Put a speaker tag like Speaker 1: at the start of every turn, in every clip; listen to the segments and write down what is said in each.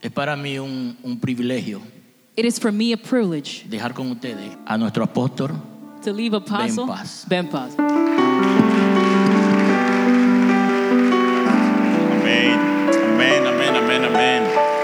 Speaker 1: Es para mí un, un privilegio
Speaker 2: It is for me a privilege
Speaker 1: dejar con ustedes a nuestro apóstol.
Speaker 2: to leave Apostle
Speaker 1: Ben Paz.
Speaker 2: Ben Paz.
Speaker 3: Amén, amén, amén, amén, amén.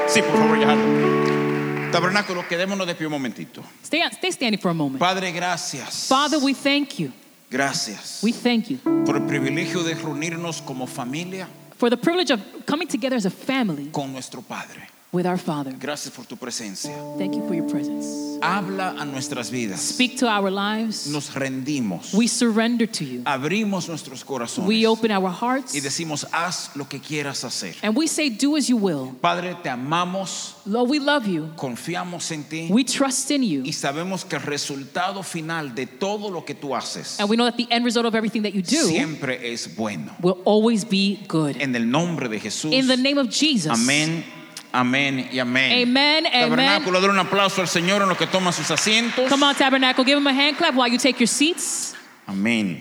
Speaker 3: Sí, por favor, ya. Tabernáculo, quedémonos de pie un momentito.
Speaker 2: Stay, on, stay standing for a moment.
Speaker 3: Padre, gracias.
Speaker 2: Father, we thank you.
Speaker 3: Gracias
Speaker 2: We thank you
Speaker 3: por el privilegio de reunirnos como familia
Speaker 2: for the privilege of coming together as a family
Speaker 3: con nuestro Padre.
Speaker 2: with our Father.
Speaker 3: Gracias por tu presencia.
Speaker 2: Thank you for your presence.
Speaker 3: Habla a nuestras vidas.
Speaker 2: Speak to our lives.
Speaker 3: Nos rendimos.
Speaker 2: We surrender to you.
Speaker 3: Abrimos nuestros corazones.
Speaker 2: We open our hearts
Speaker 3: y decimos, haz lo que quieras hacer.
Speaker 2: and we say, Do as you will.
Speaker 3: Padre, te amamos,
Speaker 2: Lord, we love you.
Speaker 3: confiamos en ti
Speaker 2: We trust in
Speaker 3: y
Speaker 2: you.
Speaker 3: sabemos que el resultado final de todo lo que tú haces
Speaker 2: And we know that the end result of everything that you do
Speaker 3: siempre es bueno.
Speaker 2: will always be good.
Speaker 3: En el nombre de Jesús.
Speaker 2: In the name of Jesus.
Speaker 3: Amén, amén y amén.
Speaker 2: Amen, amen.
Speaker 3: Tabernáculo, dar un aplauso al Señor en los que toman sus asientos.
Speaker 2: Come on, Tabernacle, give him a hand clap while you take your seats.
Speaker 3: Amén.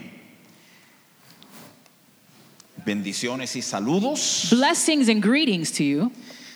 Speaker 3: Bendiciones y saludos.
Speaker 2: Blessings and greetings to you.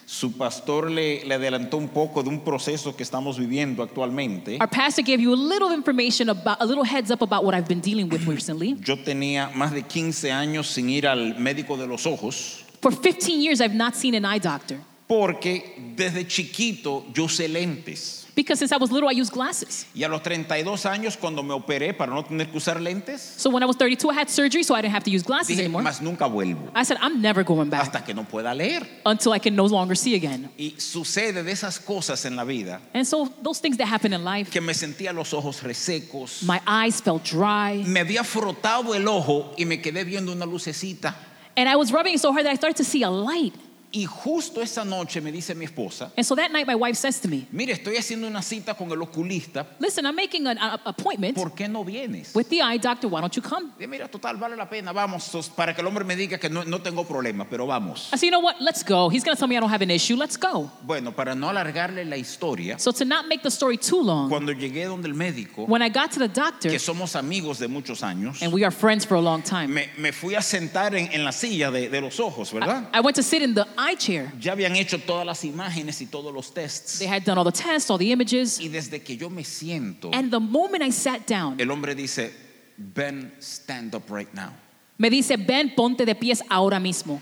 Speaker 3: Su pastor le, le adelantó un poco de un proceso que estamos viviendo actualmente.
Speaker 2: Our pastor gave you a little information about, a little heads up about what I've been dealing with recently.
Speaker 3: Yo tenía más de 15 años sin ir al médico de los ojos
Speaker 2: For 15 years, I've not seen an eye doctor
Speaker 3: porque desde chiquito yo usé lentes.
Speaker 2: because since I was little, I used glasses.
Speaker 3: Y a los 32 años cuando me operé para no tener que usar lentes,
Speaker 2: So when I was 32, I had surgery, so I didn't have to use glasses
Speaker 3: dije,
Speaker 2: anymore.
Speaker 3: más nunca vuelvo
Speaker 2: I said, I'm never going back
Speaker 3: hasta que no pueda leer.
Speaker 2: until I can no longer see again.
Speaker 3: Y sucede de esas cosas en la vida
Speaker 2: And so those things that happen in life,
Speaker 3: que me sentía los ojos resecos.
Speaker 2: my eyes felt dry,
Speaker 3: Me había frotado el ojo y me quedé viendo una lucecita.
Speaker 2: and I was rubbing it so hard that I started to see a light.
Speaker 3: Y justo esa noche me dice mi esposa,
Speaker 2: And so that night, my wife says to me,
Speaker 3: mire, estoy haciendo una cita con el oculista,
Speaker 2: Listen, I'm making an uh, appointment
Speaker 3: ¿por qué no vienes?
Speaker 2: with the eye doctor. Why don't you come?
Speaker 3: Dije, mira, total, vale la pena, vamos, sos- para que el hombre me diga que no, no tengo problema, pero vamos.
Speaker 2: I said, you know what? Let's go. He's going to tell me I don't have an issue. Let's go.
Speaker 3: Bueno, para no alargarle la historia,
Speaker 2: So to not make the story too long,
Speaker 3: cuando llegué donde el médico,
Speaker 2: when I got to the doctor,
Speaker 3: que somos amigos de muchos años,
Speaker 2: and we are friends for a long time,
Speaker 3: me, me fui a sentar en, en la silla de, de los ojos,
Speaker 2: I,
Speaker 3: ¿verdad?
Speaker 2: I went to sit in the eye chair.
Speaker 3: Ya habían hecho todas las imágenes y todos los tests.
Speaker 2: They had done all the tests, all the images.
Speaker 3: Y desde que yo me siento,
Speaker 2: And the moment I sat down,
Speaker 3: el hombre dice, Ben, stand up right now.
Speaker 2: me dice, Ben, ponte de pies ahora mismo.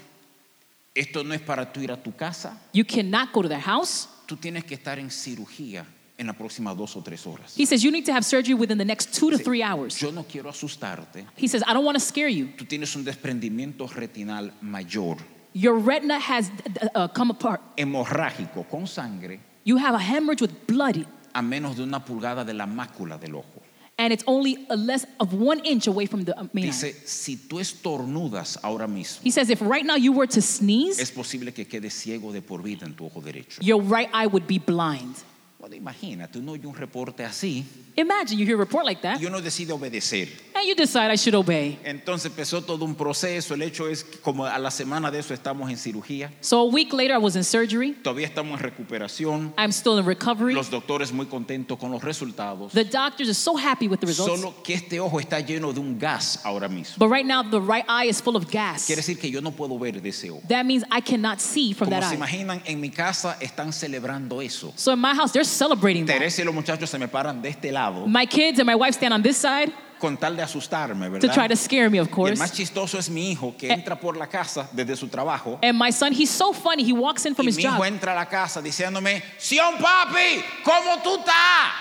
Speaker 3: Esto no es para tú ir a tu casa,
Speaker 2: You cannot go to their house.
Speaker 3: tú tienes que estar en cirugía en las próximas dos o tres horas.
Speaker 2: He says, you need to have surgery within the next two to three hours.
Speaker 3: Yo no quiero asustarte,
Speaker 2: He says, I don't want to scare you.
Speaker 3: tú tienes un desprendimiento retinal mayor,
Speaker 2: Your retina has uh, uh, come apart.
Speaker 3: hemorrágico, con sangre,
Speaker 2: You have a hemorrhage with blood,
Speaker 3: a menos de una pulgada de la mácula del ojo.
Speaker 2: and it's only a less of one inch away from the uh, main eye.
Speaker 3: Dice, si tú estornudas ahora mismo,
Speaker 2: He says, if right now you were to sneeze,
Speaker 3: es posible que quedes ciego de por vida en tu ojo derecho.
Speaker 2: your right eye would be blind.
Speaker 3: Bueno, imagínate, uno oye un reporte así
Speaker 2: Imagine you hear a report like that,
Speaker 3: y uno decide obedecer.
Speaker 2: and you decide I should obey.
Speaker 3: Entonces empezó todo un proceso. El hecho es que como a la semana de eso estamos en cirugía,
Speaker 2: So a week later, I was in surgery.
Speaker 3: todavía estamos en recuperación.
Speaker 2: I'm still in recovery.
Speaker 3: Los doctores muy contentos con los resultados.
Speaker 2: The doctors are so happy with the results.
Speaker 3: Solo que este ojo está lleno de un gas ahora mismo.
Speaker 2: But right now, the right eye is full of gas.
Speaker 3: Quiere decir que yo no puedo ver de ese ojo.
Speaker 2: That means I cannot see from
Speaker 3: Como
Speaker 2: that
Speaker 3: se
Speaker 2: eye.
Speaker 3: imaginan, en mi casa están celebrando eso.
Speaker 2: So in my house, they're celebrating that.
Speaker 3: Teresa y los muchachos se me paran de este lado
Speaker 2: My kids and my wife stand on this side
Speaker 3: con tal de asustarme,
Speaker 2: to try
Speaker 3: ¿verdad?
Speaker 2: to scare me, of
Speaker 3: Y el más
Speaker 2: course.
Speaker 3: chistoso es mi hijo que
Speaker 2: Eh.
Speaker 3: entra por la casa desde su trabajo.
Speaker 2: And my son, he's so funny. He walks in from
Speaker 3: Y
Speaker 2: his
Speaker 3: mi hijo
Speaker 2: job.
Speaker 3: entra a la casa diciéndome, Sion papi, ¿cómo tú estás?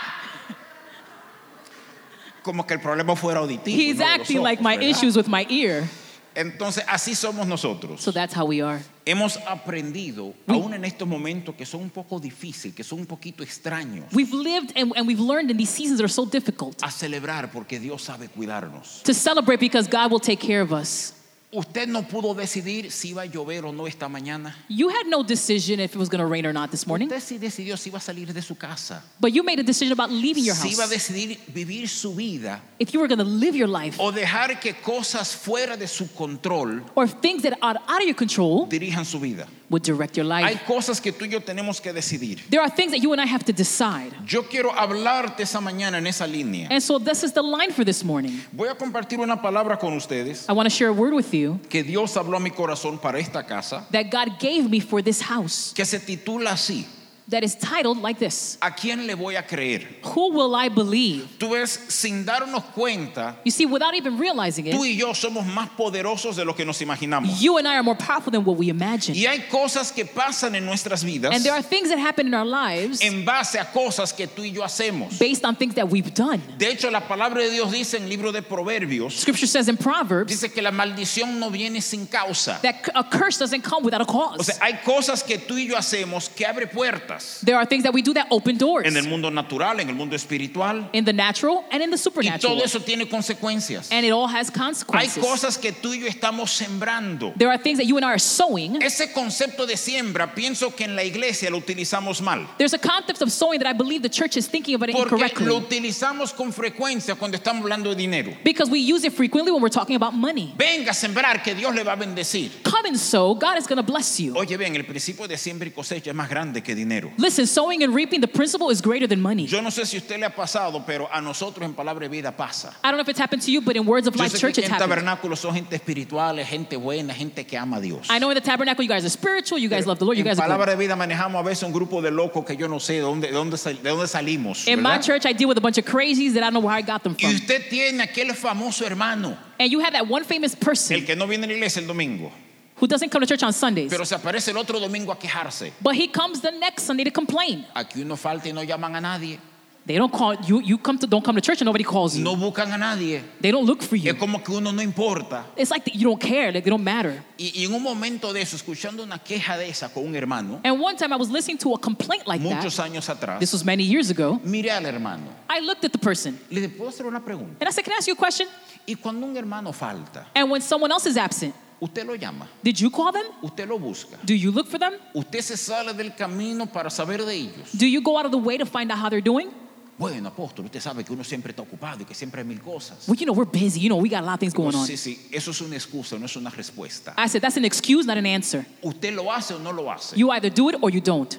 Speaker 3: Como que el problema fuera auditivo.
Speaker 2: He's
Speaker 3: no de los
Speaker 2: acting
Speaker 3: ojos,
Speaker 2: like my
Speaker 3: ¿verdad?
Speaker 2: issues with my ear.
Speaker 3: Entonces, así somos nosotros.
Speaker 2: So that's how we are.
Speaker 3: Hemos aprendido, aún en estos momentos que son un poco difíciles, que son un poquito extraños,
Speaker 2: We've lived and, and we've learned in these seasons that are so difficult
Speaker 3: a celebrar porque Dios sabe cuidarnos.
Speaker 2: to celebrate because God will take care of us.
Speaker 3: Usted no pudo decidir si iba a llover o no esta mañana.
Speaker 2: You had no decision if it was going to rain or not this morning,
Speaker 3: Usted sí decidió si iba a salir de su casa,
Speaker 2: but you made a decision about leaving your
Speaker 3: si iba a
Speaker 2: house.
Speaker 3: decidir vivir su vida
Speaker 2: If you were going to live your life
Speaker 3: o dejar que cosas fuera de su control
Speaker 2: or if things that are out of your control
Speaker 3: dirijan su vida.
Speaker 2: would direct your
Speaker 3: Hay
Speaker 2: life.
Speaker 3: cosas que tú y yo tenemos que decidir.
Speaker 2: There are things that you and I have to decide.
Speaker 3: Yo quiero hablarte esa mañana en esa línea.
Speaker 2: And so this is the line for this morning.
Speaker 3: Voy a compartir una palabra con ustedes
Speaker 2: I want to share a word with you
Speaker 3: que Dios habló a mi corazón para esta casa,
Speaker 2: that God gave me for this house
Speaker 3: que se titula así,
Speaker 2: that is titled like this
Speaker 3: ¿a quién le voy a creer?
Speaker 2: Who Will I Believe?
Speaker 3: Tú ves, sin darnos cuenta,
Speaker 2: You see, without even realizing
Speaker 3: tú
Speaker 2: it,
Speaker 3: y yo somos más poderosos de lo que nos imaginamos.
Speaker 2: you and I are more powerful than what we imagine.
Speaker 3: Y hay cosas que pasan en nuestras vidas
Speaker 2: And there are things that happen in our lives
Speaker 3: en base a cosas que tú y yo hacemos.
Speaker 2: based on things that we've done.
Speaker 3: De hecho, la palabra de Dios dice en el libro de Proverbios,
Speaker 2: Scripture says in Proverbs
Speaker 3: dice que la maldición no viene sin causa.
Speaker 2: that a curse doesn't come without a
Speaker 3: O sea,
Speaker 2: cause.
Speaker 3: hay cosas que tú y yo hacemos que abre puertas
Speaker 2: There are things that we do that open doors
Speaker 3: en el mundo natural, en el mundo espiritual,
Speaker 2: in the natural and in the
Speaker 3: y
Speaker 2: supernatural.
Speaker 3: todo eso tiene consecuencias.
Speaker 2: And it all has
Speaker 3: Hay
Speaker 2: consequences.
Speaker 3: cosas que tú y yo estamos sembrando.
Speaker 2: There are things that you and I are sowing.
Speaker 3: Ese concepto de siembra, pienso que en la iglesia lo utilizamos mal.
Speaker 2: There's a concept of sowing that I believe the church is thinking about it
Speaker 3: Porque lo
Speaker 2: incorrectly.
Speaker 3: utilizamos con frecuencia cuando estamos hablando de dinero.
Speaker 2: Because we use it frequently when we're talking about money.
Speaker 3: Venga a sembrar que Dios le va a bendecir.
Speaker 2: Come and sow, God is going to bless you.
Speaker 3: Oye, ven, el principio de siembra y cosecha es más grande que dinero.
Speaker 2: Listen, sowing and reaping, the principle is greater than money.
Speaker 3: Yo no sé si a usted le ha pasado, pero a nosotros en palabra de vida pasa.
Speaker 2: I don't know if it's happened to you, but in Words of
Speaker 3: Yo
Speaker 2: Life
Speaker 3: sé que
Speaker 2: Church,
Speaker 3: aquí
Speaker 2: it's
Speaker 3: en
Speaker 2: happened.
Speaker 3: tabernáculo son gente espiritual, es gente buena, gente que ama a Dios.
Speaker 2: I know in the tabernacle, you guys are spiritual, you guys love the Lord, you
Speaker 3: En
Speaker 2: guys are good.
Speaker 3: palabra de vida manejamos a veces un grupo de locos que yo no sé de dónde, de dónde, sal- de dónde salimos.
Speaker 2: In my
Speaker 3: ¿verdad?
Speaker 2: church, I deal with a bunch of crazies that I don't know where I got them
Speaker 3: Y
Speaker 2: from.
Speaker 3: usted tiene aquel famoso hermano,
Speaker 2: And you have that one famous
Speaker 3: el
Speaker 2: person
Speaker 3: que no viene a la iglesia el domingo,
Speaker 2: who doesn't come to church on Sundays,
Speaker 3: pero se aparece el otro domingo a quejarse.
Speaker 2: but he comes the next Sunday to complain.
Speaker 3: Aquí uno falta y no llaman a nadie,
Speaker 2: They don't call you. You come to don't come to church and nobody calls you.
Speaker 3: no buscan a nadie.
Speaker 2: They don't look for
Speaker 3: Es
Speaker 2: you.
Speaker 3: como que uno no importa.
Speaker 2: It's like that you don't care. Like they don't matter.
Speaker 3: Y, y en un momento de eso, escuchando una queja de esa con un hermano,
Speaker 2: And one time I was listening to a complaint like that.
Speaker 3: muchos años atrás,
Speaker 2: This was many years ago.
Speaker 3: miré al hermano.
Speaker 2: I looked at the person
Speaker 3: Le dije, puedo hacer una pregunta.
Speaker 2: and I said, "Can I ask you a question?"
Speaker 3: Y cuando un hermano falta,
Speaker 2: And when someone else is absent,
Speaker 3: usted lo llama,
Speaker 2: did you call them?
Speaker 3: usted lo busca,
Speaker 2: Do you look for them?
Speaker 3: usted se sale del camino para saber de ellos.
Speaker 2: Do you go out of the way to find out how they're doing?
Speaker 3: Bueno, apóstol, usted sabe que uno siempre está ocupado y que siempre hay mil cosas.
Speaker 2: Well, you know we're busy. You know we got a lot of things going on.
Speaker 3: sí, sí, eso es una excusa, no es una respuesta.
Speaker 2: I said, "That's an excuse, not an answer.
Speaker 3: ¿Usted lo hace o no lo hace?
Speaker 2: You either do it or you don't."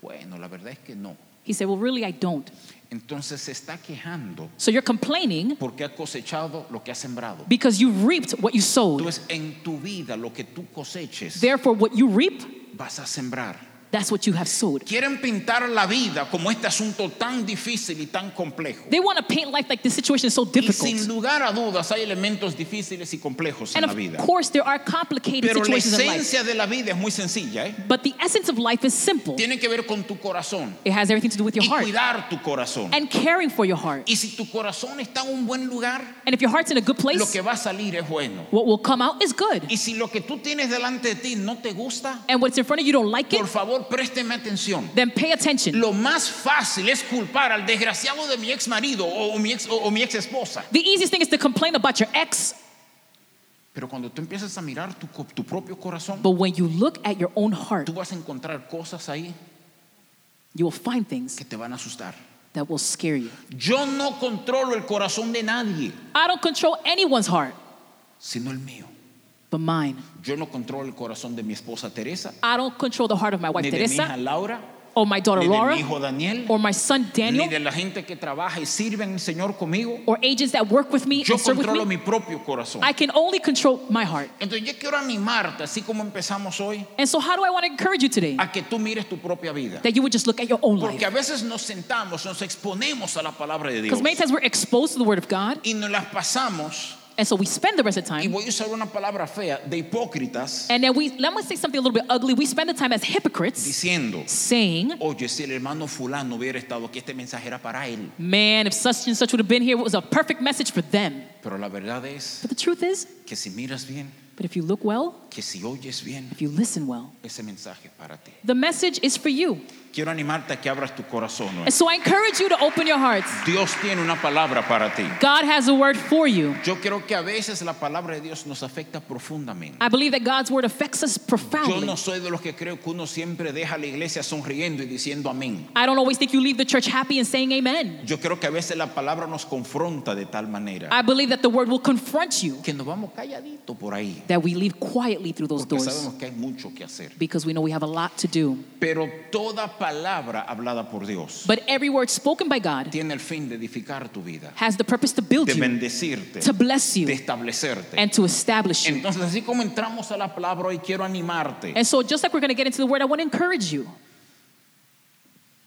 Speaker 3: Bueno, la verdad es que no.
Speaker 2: He said, "Well, really, I don't."
Speaker 3: Entonces se está quejando
Speaker 2: So you're complaining
Speaker 3: porque ha cosechado lo que ha sembrado.
Speaker 2: because you reaped what you sowed.
Speaker 3: Entonces, en tu vida, lo que tú coseches,
Speaker 2: Therefore, what you reap,
Speaker 3: vas a sembrar.
Speaker 2: that's what you have sowed.
Speaker 3: Quieren pintar la vida como este asunto tan difícil y tan complejo.
Speaker 2: They want to paint life like this situation is so
Speaker 3: Y sin
Speaker 2: difficult.
Speaker 3: lugar a dudas hay elementos difíciles y complejos en
Speaker 2: And
Speaker 3: la
Speaker 2: of
Speaker 3: vida.
Speaker 2: course, there are complicated
Speaker 3: Pero la
Speaker 2: situations in life.
Speaker 3: esencia de la vida es muy sencilla. ¿eh?
Speaker 2: But the essence of life is simple.
Speaker 3: Tiene que ver con tu corazón.
Speaker 2: It has everything to do with your
Speaker 3: y
Speaker 2: heart
Speaker 3: cuidar tu corazón.
Speaker 2: and caring for your heart.
Speaker 3: Y si tu corazón está en un buen lugar,
Speaker 2: And if your heart's in a good
Speaker 3: lo
Speaker 2: place,
Speaker 3: que va a salir es bueno.
Speaker 2: what will come out is good.
Speaker 3: Y si lo que tú tienes delante de ti no te gusta,
Speaker 2: And what's in front of you don't like
Speaker 3: por
Speaker 2: it,
Speaker 3: favor, présteme atención.
Speaker 2: then pay attention.
Speaker 3: Lo más fácil es culpar al desgraciado de mi ex marido o, o mi ex o, o mi ex esposa.
Speaker 2: The easiest thing is to complain about your ex,
Speaker 3: Pero cuando tú empiezas a mirar tu, co- tu propio corazón,
Speaker 2: but when you look at your own heart,
Speaker 3: tú vas a encontrar cosas ahí
Speaker 2: you will find things
Speaker 3: que te van a asustar.
Speaker 2: that will scare you.
Speaker 3: Yo no controlo el corazón de nadie,
Speaker 2: I don't control anyone's heart
Speaker 3: sino el mío.
Speaker 2: but mine.
Speaker 3: Yo no controlo el corazón de mi esposa Teresa,
Speaker 2: I don't control the heart of my wife
Speaker 3: ni de mi hija
Speaker 2: Teresa
Speaker 3: Laura,
Speaker 2: or my daughter
Speaker 3: ni de mi
Speaker 2: Laura
Speaker 3: hijo Daniel,
Speaker 2: or my son
Speaker 3: ni
Speaker 2: Daniel
Speaker 3: de la gente que trabaja y sirve en el Señor conmigo.
Speaker 2: or agents that work with me
Speaker 3: Yo
Speaker 2: and serve with
Speaker 3: controlo
Speaker 2: me.
Speaker 3: mi propio corazón.
Speaker 2: I can only control my heart.
Speaker 3: Entonces yo quiero animarte, así como empezamos hoy,
Speaker 2: And so, how do I want to encourage you today?
Speaker 3: a que tú mires tu propia vida.
Speaker 2: That you would just look at your own
Speaker 3: Porque
Speaker 2: life.
Speaker 3: a veces nos sentamos, nos exponemos a la palabra de Dios
Speaker 2: Because many times we're exposed to the Word of God,
Speaker 3: y nos las pasamos,
Speaker 2: and so we spend the rest of the
Speaker 3: y
Speaker 2: time.
Speaker 3: voy a usar una palabra fea, de hipócritas,
Speaker 2: And then we, let me say something a little bit ugly. We spend the time as hypocrites
Speaker 3: diciendo,
Speaker 2: saying,
Speaker 3: oye, si el hermano fulano hubiera estado aquí, este mensaje era para él.
Speaker 2: man, if such and such would have been here, it was a perfect message for them.
Speaker 3: Pero la verdad es
Speaker 2: But the truth is,
Speaker 3: que si miras bien,
Speaker 2: but if you look well,
Speaker 3: que si oyes bien,
Speaker 2: if you listen well,
Speaker 3: ese mensaje es para ti.
Speaker 2: the message is for you.
Speaker 3: quiero animarte a que abras tu corazón. hoy.
Speaker 2: And so I encourage you to open your hearts.
Speaker 3: Dios tiene una palabra para ti.
Speaker 2: God has a word for you.
Speaker 3: Yo creo que a veces la palabra de Dios nos afecta profundamente.
Speaker 2: I believe that God's word affects us
Speaker 3: Yo
Speaker 2: profoundly.
Speaker 3: no soy de los que creo que uno siempre deja la iglesia sonriendo y diciendo amén.
Speaker 2: I don't always think you leave the church happy and saying amen.
Speaker 3: Yo creo que a veces la palabra nos confronta de tal manera
Speaker 2: I believe that the word will confront you,
Speaker 3: que nos vamos calladito por ahí,
Speaker 2: that we leave quietly through those
Speaker 3: porque
Speaker 2: doors
Speaker 3: sabemos que hay mucho que hacer.
Speaker 2: because we know we have a lot to do.
Speaker 3: Pero toda palabra hablada por Dios
Speaker 2: But every word spoken by God
Speaker 3: tiene el fin de edificar tu vida,
Speaker 2: has the purpose to build
Speaker 3: de
Speaker 2: you,
Speaker 3: bendecirte,
Speaker 2: to bless
Speaker 3: de
Speaker 2: you,
Speaker 3: establecerte.
Speaker 2: and to establish you.
Speaker 3: Entonces, así como entramos a la palabra hoy, quiero animarte.
Speaker 2: And so, just like we're going to get into the word, I want to encourage you.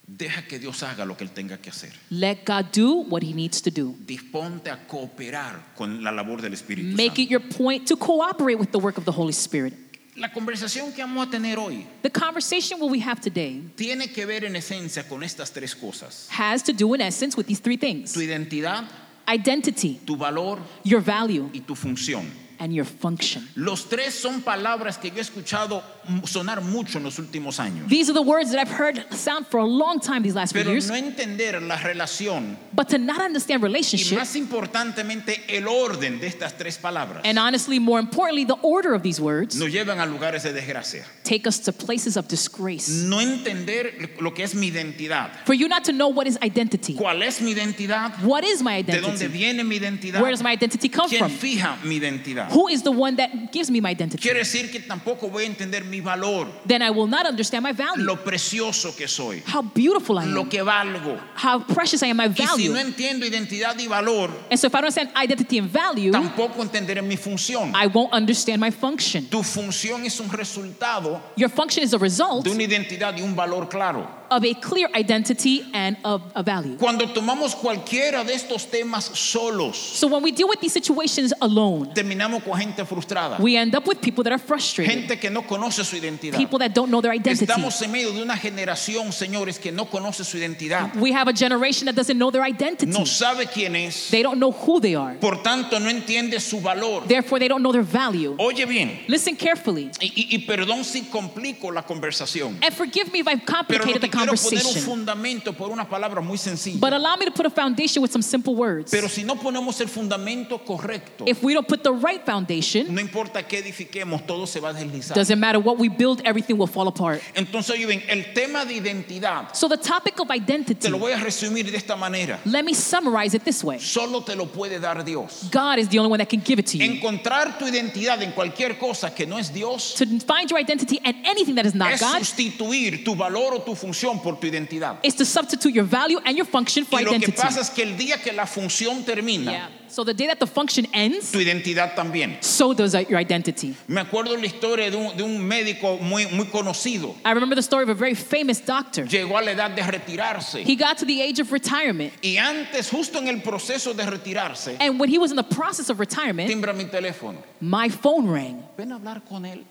Speaker 3: Deja que Dios haga lo que Él tenga que hacer.
Speaker 2: Let God do what He needs to do.
Speaker 3: Disponte a cooperar con la labor del Espíritu
Speaker 2: Make it
Speaker 3: Santo.
Speaker 2: your point to cooperate with the work of the Holy Spirit.
Speaker 3: La conversación que vamos a tener hoy
Speaker 2: The conversation what we have today
Speaker 3: tiene que ver en esencia con estas tres cosas.
Speaker 2: has to do, in essence, with these three
Speaker 3: Tu
Speaker 2: things
Speaker 3: identidad,
Speaker 2: identity,
Speaker 3: tu valor
Speaker 2: your value,
Speaker 3: y tu función.
Speaker 2: and your function.
Speaker 3: Los tres son palabras que yo he escuchado m- sonar mucho en los últimos años.
Speaker 2: These are the words that I've heard sound for a long time these last few
Speaker 3: Pero
Speaker 2: years.
Speaker 3: no entender la relación
Speaker 2: But to not understand
Speaker 3: y
Speaker 2: relationship,
Speaker 3: más importantemente el orden de estas tres palabras
Speaker 2: and honestly, more importantly, the order of these words
Speaker 3: nos llevan a lugares de desgracia.
Speaker 2: take us to places of disgrace.
Speaker 3: No entender lo que es mi identidad.
Speaker 2: For you not to know what is identity.
Speaker 3: ¿Cuál es mi identidad?
Speaker 2: What is my
Speaker 3: ¿De dónde
Speaker 2: identity?
Speaker 3: viene mi identidad?
Speaker 2: Where does my identity come
Speaker 3: ¿Quién
Speaker 2: from?
Speaker 3: fija mi identidad?
Speaker 2: Who is the one that gives me my identity?
Speaker 3: Quiere decir que tampoco voy a entender mi valor,
Speaker 2: Then I will not understand my value,
Speaker 3: lo precioso que soy,
Speaker 2: how beautiful I
Speaker 3: lo
Speaker 2: am,
Speaker 3: que valgo.
Speaker 2: how precious I am, my
Speaker 3: Y si
Speaker 2: value.
Speaker 3: no entiendo identidad y valor,
Speaker 2: And so if I don't understand identity and value,
Speaker 3: tampoco entenderé mi función.
Speaker 2: I won't understand my function.
Speaker 3: Tu función es un resultado
Speaker 2: Your function is a result
Speaker 3: de una identidad y un valor claro.
Speaker 2: of a clear identity and of a value.
Speaker 3: Cuando tomamos cualquiera de estos temas solos,
Speaker 2: So when we deal with these situations alone,
Speaker 3: terminamos con gente frustrada,
Speaker 2: we end up with people that are frustrated,
Speaker 3: gente que no conoce su identidad.
Speaker 2: people that don't know their identity.
Speaker 3: Estamos en medio de una generación, señores, que no conoce su identidad,
Speaker 2: We have a generation that doesn't know their identity.
Speaker 3: no sabe quién es,
Speaker 2: They don't know who they are.
Speaker 3: por tanto no entiende su valor.
Speaker 2: Therefore, they don't know their value.
Speaker 3: Oye bien,
Speaker 2: Listen carefully.
Speaker 3: y, y- y perdón si complico la conversación,
Speaker 2: And forgive me if I've
Speaker 3: pero lo
Speaker 2: complicated
Speaker 3: que
Speaker 2: the
Speaker 3: quiero poner un
Speaker 2: conversation.
Speaker 3: fundamento por una palabra muy sencilla.
Speaker 2: But allow me to put a foundation with some simple words.
Speaker 3: Pero si no ponemos el fundamento correcto,
Speaker 2: If we don't put the right foundation,
Speaker 3: no importa qué edifiquemos, todo se va a deslizar.
Speaker 2: doesn't matter what we build, everything will fall apart.
Speaker 3: Entonces, oye bien, el tema de identidad,
Speaker 2: So the topic of
Speaker 3: te
Speaker 2: identity,
Speaker 3: lo voy a resumir de esta manera.
Speaker 2: let me summarize it this way.
Speaker 3: Solo te lo puede dar Dios.
Speaker 2: God is the only one that can give it to you.
Speaker 3: Encontrar tu identidad en cualquier cosa que no es Dios
Speaker 2: To find your identity and anything that is not
Speaker 3: es
Speaker 2: God
Speaker 3: sustituir tu valor o tu función por tu identidad.
Speaker 2: is to substitute your value and your function for
Speaker 3: Y lo que
Speaker 2: identity.
Speaker 3: pasa es que el día que la función
Speaker 2: Yeah.
Speaker 3: termina,
Speaker 2: So the day that the function ends,
Speaker 3: tu identidad también.
Speaker 2: so does your identity.
Speaker 3: Me acuerdo la historia de un, de un médico muy, muy conocido.
Speaker 2: I remember the story of a very famous doctor.
Speaker 3: Llegó a la edad de retirarse.
Speaker 2: He got to the age of retirement,
Speaker 3: Y antes, justo en el proceso de retirarse,
Speaker 2: and when he was in the process of retirement,
Speaker 3: timbra mi teléfono.
Speaker 2: my phone rang.
Speaker 3: Ven a hablar con él.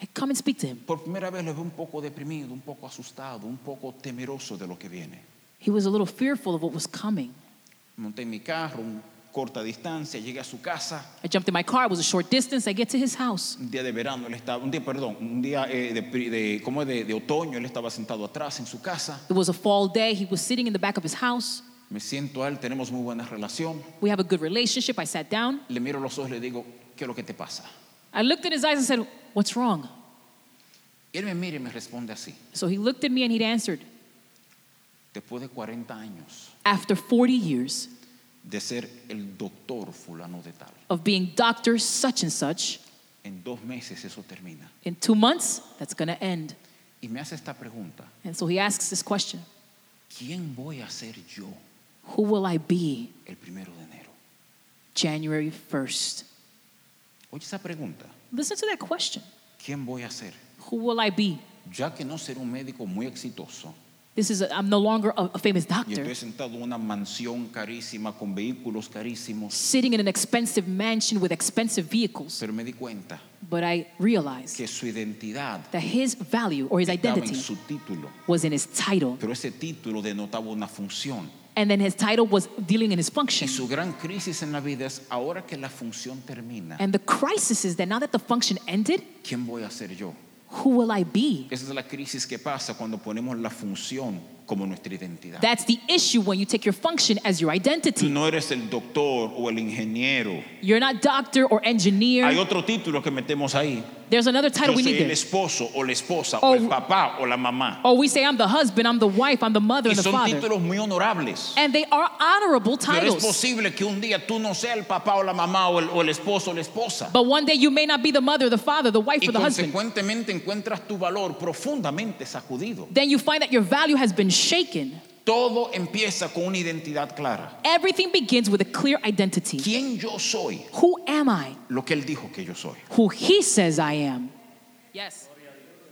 Speaker 2: I come and speak to him.
Speaker 3: Por primera vez le veo un poco deprimido, un poco asustado, un poco temeroso de lo que viene.
Speaker 2: He was a little fearful of what was coming.
Speaker 3: Monté en mi carro, un corta distancia, llegué a su casa.
Speaker 2: I jumped in my car. It was a short distance. I get to his house.
Speaker 3: Un día de verano él estaba, un día, perdón, un día eh, de, pri- de- ¿cómo es? de- de otoño él estaba sentado atrás en su casa.
Speaker 2: It was a fall day. He was sitting in the back of his house.
Speaker 3: Me siento a él, tenemos muy buena relación.
Speaker 2: We have a good relationship. I sat down.
Speaker 3: Le miro los ojos y le digo, ¿qué es lo que te pasa?
Speaker 2: I looked in his eyes and said, What's wrong?
Speaker 3: Y él me mira y me responde así,
Speaker 2: So he looked at me and he'd answered,
Speaker 3: después de 40 años
Speaker 2: After 40 years
Speaker 3: de ser el doctor fulano de tal,
Speaker 2: of being doctor such and such,
Speaker 3: en dos meses eso termina.
Speaker 2: in two months, that's going to end.
Speaker 3: Y me hace esta pregunta,
Speaker 2: And so he asks this question
Speaker 3: ¿quién voy a ser yo
Speaker 2: Who will I be
Speaker 3: el primero de enero?
Speaker 2: January 1st?
Speaker 3: Oye esa pregunta,
Speaker 2: Listen to that question.
Speaker 3: ¿quién voy a ser?
Speaker 2: Who will I be?
Speaker 3: Ya que no ser un médico muy exitoso,
Speaker 2: This is, i I'm no longer a, a famous
Speaker 3: y
Speaker 2: doctor.
Speaker 3: estoy sentado en una mansión carísima, con vehículos carísimos,
Speaker 2: Sitting in an expensive mansion with expensive vehicles.
Speaker 3: pero me di cuenta
Speaker 2: But I realized
Speaker 3: que su identidad
Speaker 2: that his value or his
Speaker 3: estaba en
Speaker 2: identity
Speaker 3: su título,
Speaker 2: was in his title.
Speaker 3: pero ese título denotaba una función.
Speaker 2: And then his title was dealing in his function.
Speaker 3: Y su gran crisis en la vida es ahora que la función termina,
Speaker 2: And the crisis is that now that the function ended,
Speaker 3: ¿quién voy a ser yo?
Speaker 2: Who will I be?
Speaker 3: Esa es la crisis que pasa cuando ponemos la función como nuestra identidad.
Speaker 2: That's the issue when you take your function as your
Speaker 3: Tú
Speaker 2: identity.
Speaker 3: no eres el doctor o el ingeniero.
Speaker 2: You're not doctor or
Speaker 3: Hay
Speaker 2: engineer.
Speaker 3: otro título que metemos ahí.
Speaker 2: There's another title
Speaker 3: Yo
Speaker 2: we
Speaker 3: soy
Speaker 2: need
Speaker 3: el
Speaker 2: there.
Speaker 3: esposo o la esposa
Speaker 2: Oh.
Speaker 3: o el papá o la mamá.
Speaker 2: Or we say, I'm the husband, I'm the wife, I'm the mother,
Speaker 3: Y
Speaker 2: and the
Speaker 3: son
Speaker 2: father.
Speaker 3: títulos muy honorables.
Speaker 2: And they are honorable
Speaker 3: Pero es
Speaker 2: titles.
Speaker 3: posible que un día tú no seas el papá o la mamá o el, o el esposo o la esposa.
Speaker 2: But one day you may not be the mother, the father, the wife,
Speaker 3: Y
Speaker 2: or the husband.
Speaker 3: consecuentemente encuentras tu valor profundamente sacudido.
Speaker 2: Then you find that your value has been shaken.
Speaker 3: Todo empieza con una identidad clara.
Speaker 2: Everything begins with a clear identity.
Speaker 3: ¿Quién yo soy?
Speaker 2: Who am I?
Speaker 3: Lo que él dijo que yo soy.
Speaker 2: Who he says I am. Yes.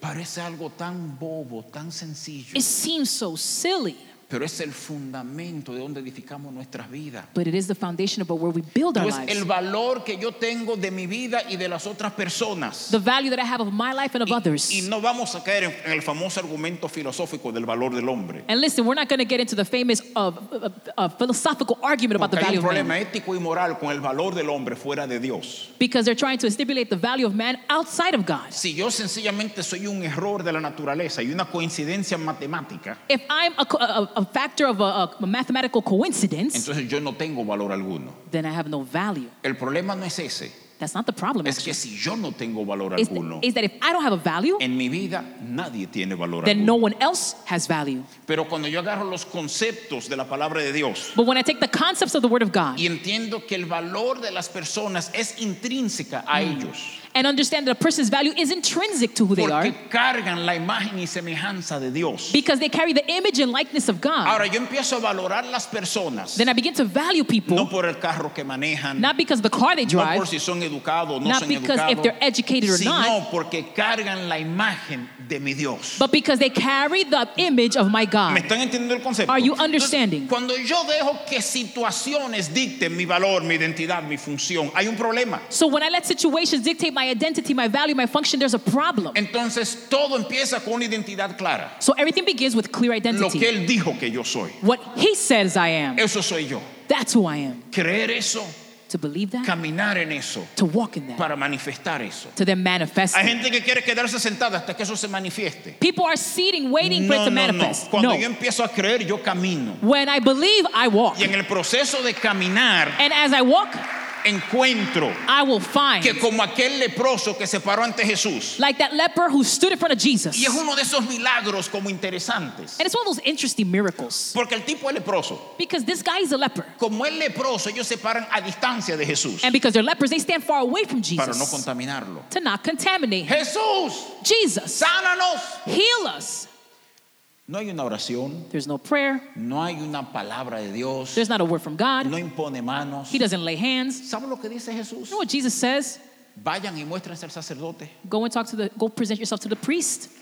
Speaker 3: Parece algo tan bobo, tan sencillo,
Speaker 2: It seems so silly,
Speaker 3: pero es el fundamento de donde edificamos nuestras vidas.
Speaker 2: but it is the foundation about where we build our
Speaker 3: Entonces, el
Speaker 2: lives.
Speaker 3: valor que yo tengo de mi vida y de las otras personas.
Speaker 2: The value that I have of my life and of
Speaker 3: Y- Y,
Speaker 2: others.
Speaker 3: no vamos a caer en, en el famoso argumento filosófico del valor del hombre.
Speaker 2: And listen, we're not going to get into the famous uh, uh, uh, philosophical argument about the
Speaker 3: Porque hay
Speaker 2: value
Speaker 3: un
Speaker 2: of man
Speaker 3: problema ético y moral con el valor del hombre fuera de Dios.
Speaker 2: because they're trying to stipulate the value of man outside of God.
Speaker 3: Si yo sencillamente soy un error de la naturaleza y una coincidencia matemática,
Speaker 2: If I'm a, co- a, a factor of a, a mathematical coincidence,
Speaker 3: entonces yo no tengo valor alguno.
Speaker 2: then I have no value.
Speaker 3: El problema no es ese,
Speaker 2: That's not the problem.
Speaker 3: es
Speaker 2: actually.
Speaker 3: que si yo no tengo valor
Speaker 2: Is,
Speaker 3: alguno,
Speaker 2: is that if I don't have a value,
Speaker 3: en mi vida nadie tiene valor
Speaker 2: then no
Speaker 3: alguno.
Speaker 2: one else has value.
Speaker 3: Pero cuando yo agarro los conceptos de la palabra de Dios
Speaker 2: But when I take the concepts of the Word of God
Speaker 3: y entiendo que el valor de las personas es intrínseca a ellos,
Speaker 2: and understand that a person's value is intrinsic to who Mm. they are
Speaker 3: porque cargan la imagen y semejanza de Dios.
Speaker 2: because they carry the image and likeness of God,
Speaker 3: Ahora yo empiezo a valorar las personas,
Speaker 2: then I begin to value
Speaker 3: no
Speaker 2: people
Speaker 3: por el carro que manejan,
Speaker 2: not because of the car they
Speaker 3: no por
Speaker 2: drive,
Speaker 3: si son educados o no
Speaker 2: not
Speaker 3: son
Speaker 2: because if
Speaker 3: educados,
Speaker 2: they're educated or not,
Speaker 3: sino porque cargan la imagen de mi Dios.
Speaker 2: but because they carry the image of my
Speaker 3: ¿Me
Speaker 2: God.
Speaker 3: están entendiendo el concepto?
Speaker 2: Are you
Speaker 3: Entonces,
Speaker 2: understanding?
Speaker 3: cuando yo dejo que situaciones dicten mi valor, mi identidad, mi función, hay un problema.
Speaker 2: So when I let situations dictate my identity, my value, my function, there's a problem.
Speaker 3: Entonces todo empieza con una identidad clara.
Speaker 2: So everything begins with clear
Speaker 3: Lo que
Speaker 2: identity.
Speaker 3: Él dijo que yo soy.
Speaker 2: What He says I am,
Speaker 3: Eso soy yo.
Speaker 2: that's who I am.
Speaker 3: Creer eso,
Speaker 2: To believe that,
Speaker 3: caminar en eso,
Speaker 2: to walk in that,
Speaker 3: para manifestar eso.
Speaker 2: to then manifest
Speaker 3: Hay
Speaker 2: it.
Speaker 3: gente que quiere quedarse sentada hasta que eso se manifieste.
Speaker 2: People are seating, waiting for it
Speaker 3: No,
Speaker 2: to
Speaker 3: no, no.
Speaker 2: manifest.
Speaker 3: Cuando
Speaker 2: No.
Speaker 3: yo empiezo a creer, yo camino.
Speaker 2: When I believe, I walk.
Speaker 3: Y en el proceso de caminar,
Speaker 2: And as I walk,
Speaker 3: encuentro
Speaker 2: I will find.
Speaker 3: que como aquel leproso que se paró ante Jesús,
Speaker 2: Like that leper who stood in front of Jesus.
Speaker 3: Y es uno de esos milagros como interesantes.
Speaker 2: And it's one of those interesting miracles.
Speaker 3: Porque el tipo es leproso.
Speaker 2: Because this guy is a leper.
Speaker 3: Como es leproso, ellos se paran a distancia de Jesús
Speaker 2: And because they're lepers, they stand far away from
Speaker 3: para no
Speaker 2: Jesus
Speaker 3: contaminarlo.
Speaker 2: to not contaminate him.
Speaker 3: Jesús,
Speaker 2: Jesus,
Speaker 3: sánanos.
Speaker 2: heal us.
Speaker 3: No hay una oración,
Speaker 2: There's no prayer,
Speaker 3: no hay una palabra de Dios,
Speaker 2: there's not a word from God.
Speaker 3: no impone manos.
Speaker 2: He doesn't lay hands.
Speaker 3: ¿Saben lo que dice Jesús?
Speaker 2: You know what Jesus says?
Speaker 3: Vayan y muéstrense al sacerdote.
Speaker 2: Go and talk to the, go present yourself to the priest.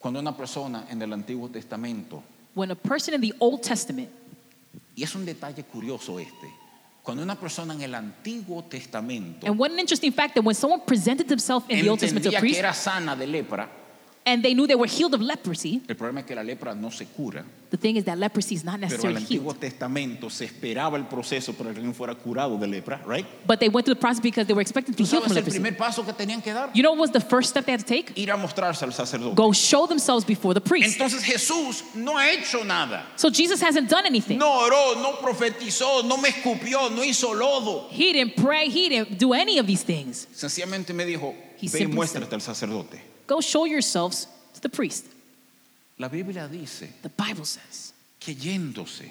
Speaker 3: Cuando una persona en el Antiguo Testamento,
Speaker 2: When a person in the Old Testament,
Speaker 3: y es un detalle curioso este, cuando una persona en el Antiguo Testamento
Speaker 2: and what an interesting fact that when someone presented themselves in the Old Testament to a
Speaker 3: entendía que
Speaker 2: priest
Speaker 3: era sana de lepra,
Speaker 2: and they knew they were healed of leprosy,
Speaker 3: el problema es que la lepra no se cura.
Speaker 2: the thing is that leprosy is not
Speaker 3: Pero en el
Speaker 2: necessarily healed.
Speaker 3: Antiguo Testamento se esperaba el proceso para que alguien fuera curado de lepra, ¿right?
Speaker 2: But they went through the process because they were expected to be healed
Speaker 3: ¿Sabes
Speaker 2: from
Speaker 3: el
Speaker 2: leprosy.
Speaker 3: primer paso que tenían que dar?
Speaker 2: You know what was the first step they had to take?
Speaker 3: Ir a mostrarse al sacerdote.
Speaker 2: Go show themselves before the priest.
Speaker 3: Entonces Jesús no ha hecho nada.
Speaker 2: So Jesus hasn't done anything.
Speaker 3: No oró, no profetizó, no me escupió, no hizo lodo.
Speaker 2: He didn't pray. He didn't do any of these things.
Speaker 3: Sencillamente me dijo,
Speaker 2: He
Speaker 3: ve y
Speaker 2: simply
Speaker 3: muéstrate al sacerdote.
Speaker 2: Go show yourselves to the priest.
Speaker 3: La Biblia dice
Speaker 2: The Bible says.
Speaker 3: que yéndose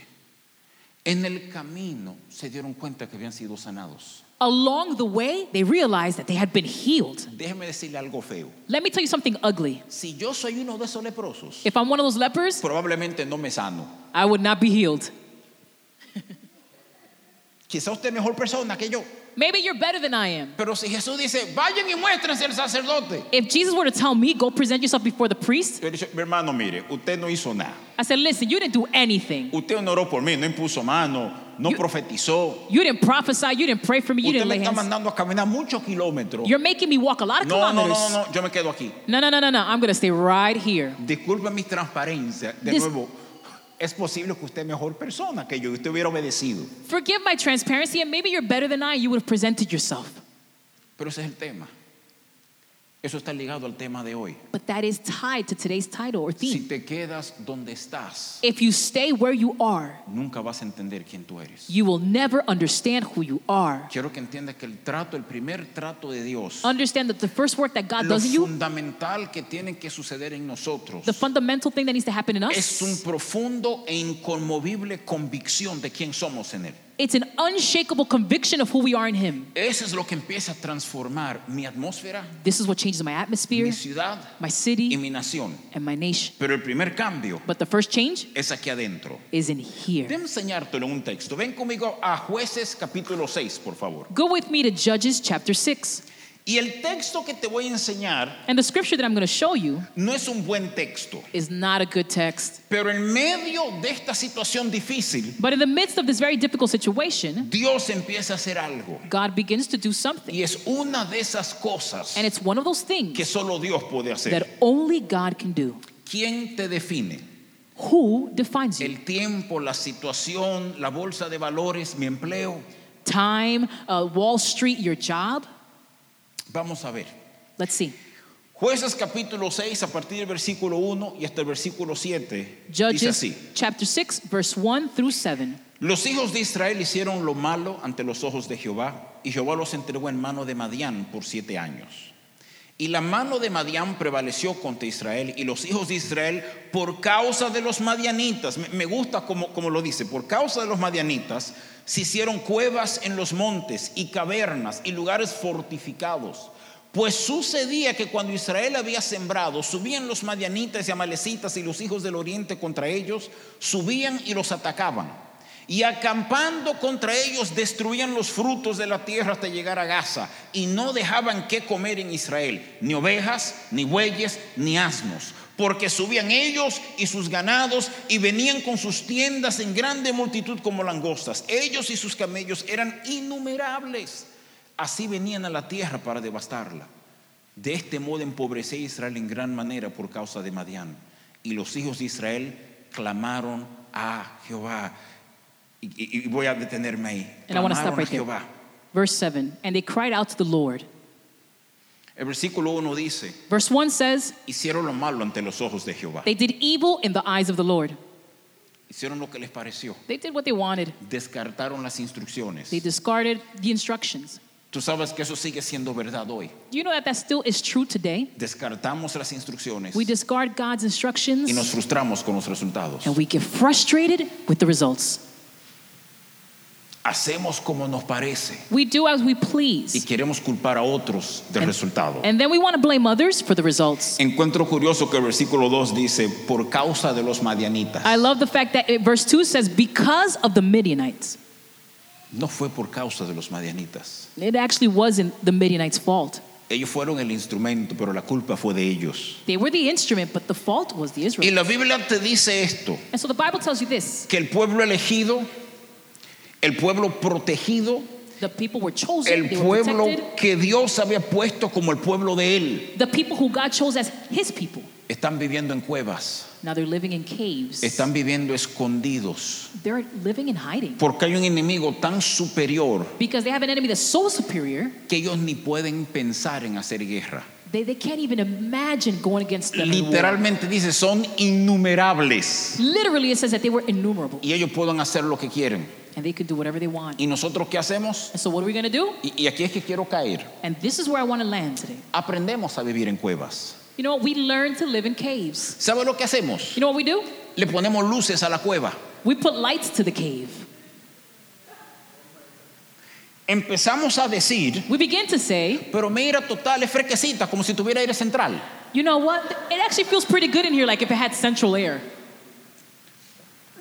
Speaker 3: en el camino se dieron cuenta que habían sido sanados.
Speaker 2: Along the way, they realized that they had been healed.
Speaker 3: Déjeme decirle algo feo.
Speaker 2: Let me tell you something ugly.
Speaker 3: Si yo soy uno de esos leprosos,
Speaker 2: If I'm one of those lepers,
Speaker 3: probablemente no me sano.
Speaker 2: I would not be healed.
Speaker 3: Quizá usted es mejor persona que yo.
Speaker 2: Maybe you're better than I am.
Speaker 3: Pero si Jesús dice, vayan y muéstrense al sacerdote.
Speaker 2: If Jesus were to tell me, go present yourself before the priest,
Speaker 3: Yo le dije, mi hermano, mire, usted no hizo nada.
Speaker 2: I said, listen, you didn't do anything.
Speaker 3: Usted no oró por mí, no impuso mano, no
Speaker 2: You-
Speaker 3: profetizó.
Speaker 2: You didn't prophesy. You didn't pray for me. You
Speaker 3: Usted
Speaker 2: didn't
Speaker 3: me
Speaker 2: lay
Speaker 3: está
Speaker 2: hands.
Speaker 3: mandando a caminar muchos kilómetros.
Speaker 2: You're making me walk a lot of
Speaker 3: No, no, no,
Speaker 2: kilometers.
Speaker 3: no, no, yo me quedo aquí.
Speaker 2: No, no, no, no, no. I'm going to stay right here.
Speaker 3: Disculpe mi transparencia. De
Speaker 2: This-
Speaker 3: nuevo, es posible que usted es mejor persona que yo y usted hubiera obedecido.
Speaker 2: Forgive my transparency, and maybe you're better than I. You would have presented yourself.
Speaker 3: Pero ese es el tema. Eso está ligado al tema de hoy.
Speaker 2: But that is tied to today's title or
Speaker 3: Si
Speaker 2: theme.
Speaker 3: te quedas donde estás,
Speaker 2: If you stay where you are,
Speaker 3: nunca vas a entender quién tú eres.
Speaker 2: you will never understand who you are.
Speaker 3: Quiero que entiendas que el trato, el primer trato de Dios,
Speaker 2: Understand that the first work that God
Speaker 3: lo
Speaker 2: does in you,
Speaker 3: fundamental que tiene que suceder en nosotros,
Speaker 2: the fundamental thing that needs to happen in
Speaker 3: es un
Speaker 2: us,
Speaker 3: profundo e inconmovible convicción de quién somos en Él.
Speaker 2: it's an unshakable conviction of who we are in Him.
Speaker 3: Eso es lo que empieza a transformar mi atmósfera,
Speaker 2: This is what changes my atmosphere,
Speaker 3: mi ciudad
Speaker 2: my
Speaker 3: y
Speaker 2: city,
Speaker 3: mi nación.
Speaker 2: and my nation.
Speaker 3: Pero el primer cambio
Speaker 2: But the first change
Speaker 3: es aquí adentro.
Speaker 2: is in here.
Speaker 3: Déjame enseñártelo en un texto. Ven conmigo a Jueces capítulo 6, por favor.
Speaker 2: Go with me to Judges chapter 6.
Speaker 3: Y el texto que te voy a enseñar
Speaker 2: And the scripture that I'm going to show you
Speaker 3: no es un buen texto.
Speaker 2: is not a good text.
Speaker 3: Pero en medio de esta situación difícil,
Speaker 2: But in the midst of this very difficult situation,
Speaker 3: Dios empieza a hacer algo.
Speaker 2: God begins to do something.
Speaker 3: Y es una de esas cosas
Speaker 2: And it's one of those things
Speaker 3: que solo Dios puede
Speaker 2: that
Speaker 3: hacer.
Speaker 2: only God can do.
Speaker 3: ¿Quién te define?
Speaker 2: Who defines you?
Speaker 3: El tiempo, la situación, la bolsa de valores, mi empleo.
Speaker 2: Time, uh, Wall Street, your job?
Speaker 3: Vamos a ver.
Speaker 2: Let's see.
Speaker 3: Jueces capítulo 6, a partir del versículo 1 y hasta el versículo 7, dice
Speaker 2: Judges
Speaker 3: así.
Speaker 2: chapter 6, verse 1 through 7.
Speaker 3: Los hijos de Israel hicieron lo malo ante los ojos de Jehová, y Jehová los entregó en mano de Madián por siete años. Y la mano de Madián prevaleció contra Israel, y los hijos de Israel, por causa de los madianitas, me, me gusta como, como lo dice, por causa de los madianitas, se hicieron cuevas en los montes y cavernas y lugares fortificados. Pues sucedía que cuando Israel había sembrado, subían los madianitas y amalecitas y los hijos del oriente contra ellos, subían y los atacaban. Y acampando contra ellos destruían los frutos de la tierra hasta llegar a Gaza y no dejaban que comer en Israel, ni ovejas, ni bueyes, ni asnos, porque subían ellos y sus ganados y venían con sus tiendas en grande multitud como langostas. Ellos y sus camellos eran innumerables. Así venían a la tierra para devastarla. De este modo empobrecía Israel en gran manera por causa de Madián. Y los hijos de Israel clamaron a Jehová. Y, y- y voy a detenerme ahí.
Speaker 2: And I want to stop
Speaker 3: Clamaron a
Speaker 2: right there.
Speaker 3: Jehová.
Speaker 2: Verse 7. And they cried out to the Lord.
Speaker 3: El versículo 1 dice,
Speaker 2: Verse 1 says,
Speaker 3: hicieron lo malo ante los ojos de Jehová.
Speaker 2: They did evil in the eyes of the Lord.
Speaker 3: Hicieron lo que les pareció.
Speaker 2: They did what they wanted,
Speaker 3: Descartaron las instrucciones.
Speaker 2: they discarded the instructions.
Speaker 3: Tú sabes que eso sigue siendo verdad hoy.
Speaker 2: You know that that still is true today.
Speaker 3: Descartamos las instrucciones
Speaker 2: We discard God's
Speaker 3: y nos
Speaker 2: instructions
Speaker 3: frustramos con los resultados.
Speaker 2: and we get frustrated with the results.
Speaker 3: Hacemos como nos parece
Speaker 2: We do as we
Speaker 3: y
Speaker 2: please.
Speaker 3: queremos culpar a otros del resultado.
Speaker 2: And then we want to blame others for the results.
Speaker 3: Encuentro curioso que el versículo 2 dice, por causa de los madianitas.
Speaker 2: I love the fact that it, verse 2 says, Because of the Midianites.
Speaker 3: No fue por causa de los madianitas.
Speaker 2: It actually wasn't the Midianites' fault.
Speaker 3: Ellos fueron el instrumento, pero la culpa fue de ellos.
Speaker 2: They were the instrument, but the fault was the
Speaker 3: Y
Speaker 2: Israelites.
Speaker 3: la Biblia te dice esto,
Speaker 2: And so the Bible tells you this
Speaker 3: que el pueblo elegido, el pueblo protegido,
Speaker 2: the people were chosen,
Speaker 3: el
Speaker 2: they were
Speaker 3: pueblo
Speaker 2: protected.
Speaker 3: que Dios había puesto como el pueblo de él,
Speaker 2: The people who God chose as his people.
Speaker 3: están viviendo en cuevas,
Speaker 2: Now they're living in caves.
Speaker 3: están viviendo escondidos,
Speaker 2: They're living in hiding
Speaker 3: porque hay un enemigo tan superior
Speaker 2: because they have an enemy that's so superior,
Speaker 3: que ellos ni pueden pensar en hacer guerra.
Speaker 2: they, they can't even imagine going against them. in war.
Speaker 3: Literalmente dice, son innumerables.
Speaker 2: Literally, it says that they were innumerable
Speaker 3: Y ellos pueden hacer lo que quieren.
Speaker 2: and they could do whatever they want.
Speaker 3: ¿Y nosotros qué hacemos?
Speaker 2: And so, what are we going to do?
Speaker 3: Y, y aquí es que quiero caer.
Speaker 2: And this is where I want to land today.
Speaker 3: Aprendemos a vivir en cuevas.
Speaker 2: You know what? We learn to live in caves.
Speaker 3: ¿Sabe lo que hacemos?
Speaker 2: You know what we do?
Speaker 3: Le ponemos luces a la cueva.
Speaker 2: We put lights to the cave.
Speaker 3: Empezamos a decir,
Speaker 2: We begin to say,
Speaker 3: pero mira, total, es fresquecita, como si tuviera aire central.
Speaker 2: you know what? It actually feels pretty good in here, like if it had central air.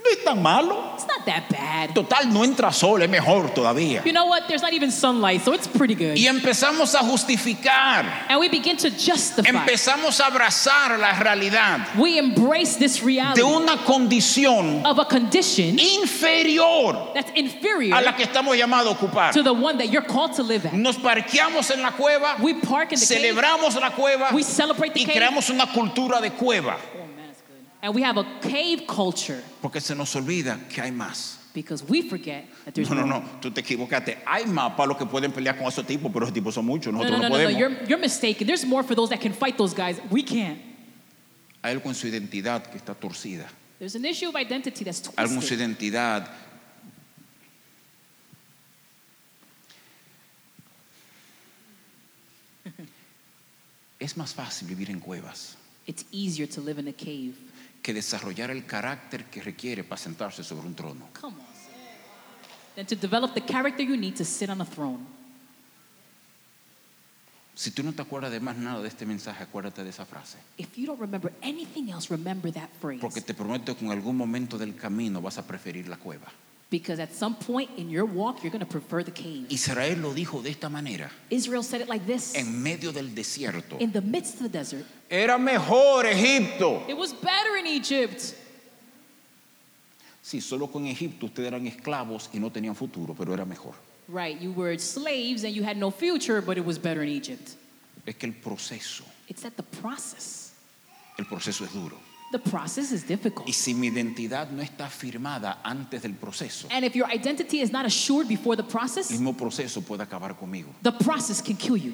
Speaker 3: No es tan malo.
Speaker 2: It's not that bad.
Speaker 3: Total, no entra sol, es mejor todavía.
Speaker 2: You know what? There's not even sunlight, so it's pretty good.
Speaker 3: Y empezamos a justificar.
Speaker 2: And we begin to justify.
Speaker 3: Empezamos a abrazar la realidad
Speaker 2: We embrace this
Speaker 3: de
Speaker 2: reality
Speaker 3: una condición
Speaker 2: of a condition
Speaker 3: inferior
Speaker 2: that's
Speaker 3: a
Speaker 2: inferior
Speaker 3: la que estamos llamados a ocupar.
Speaker 2: to the one that you're called to live at.
Speaker 3: Nos parqueamos en la cueva,
Speaker 2: We park in the cave,
Speaker 3: celebramos la cueva
Speaker 2: we celebrate the
Speaker 3: y
Speaker 2: cave,
Speaker 3: creamos una cultura de cueva.
Speaker 2: Oh, man, that's good. and we have a cave culture
Speaker 3: Porque se nos olvida que hay más.
Speaker 2: because we forget that there's
Speaker 3: No, no,
Speaker 2: more.
Speaker 3: no, tú te equivocaste. Hay mapas los que pueden pelear con esos tipos, pero esos tipos son muchos,
Speaker 2: No,
Speaker 3: nosotros
Speaker 2: no, no, no,
Speaker 3: no,
Speaker 2: no.
Speaker 3: podemos.
Speaker 2: You're, you're mistaken. There's more for those that can fight those guys. We can't.
Speaker 3: Hay algo en su identidad que está torcida,
Speaker 2: There's an issue of identity that's
Speaker 3: algo en su
Speaker 2: twisted.
Speaker 3: identidad. Es más fácil vivir en cuevas
Speaker 2: It's easier to live in a cave.
Speaker 3: que desarrollar el carácter que requiere para sentarse sobre un trono.
Speaker 2: Come on. son. Than to develop the character you need to sit on a throne.
Speaker 3: Si tú no te acuerdas de más nada de este mensaje, acuérdate de esa frase.
Speaker 2: If you don't remember anything else, remember that phrase.
Speaker 3: Porque te prometo que en algún momento del camino vas a preferir la cueva.
Speaker 2: Because at some point in your walk, you're going to prefer the cave.
Speaker 3: Israel lo dijo de esta manera,
Speaker 2: Israel said it like this
Speaker 3: en medio del desierto.
Speaker 2: In the midst of the desert,
Speaker 3: Era mejor Egipto.
Speaker 2: it was better in Egypt.
Speaker 3: Sí, solo con Egipto ustedes eran esclavos y no tenían futuro, pero era mejor.
Speaker 2: Right, you were slaves and you had no future, but it was better in Egypt.
Speaker 3: Es que el proceso,
Speaker 2: It's that the process.
Speaker 3: el proceso es duro.
Speaker 2: The process is
Speaker 3: Y
Speaker 2: difficult.
Speaker 3: si mi identidad no está firmada antes del proceso,
Speaker 2: And if your identity is not assured before the
Speaker 3: el
Speaker 2: process,
Speaker 3: mismo proceso puede acabar conmigo.
Speaker 2: the process can kill you.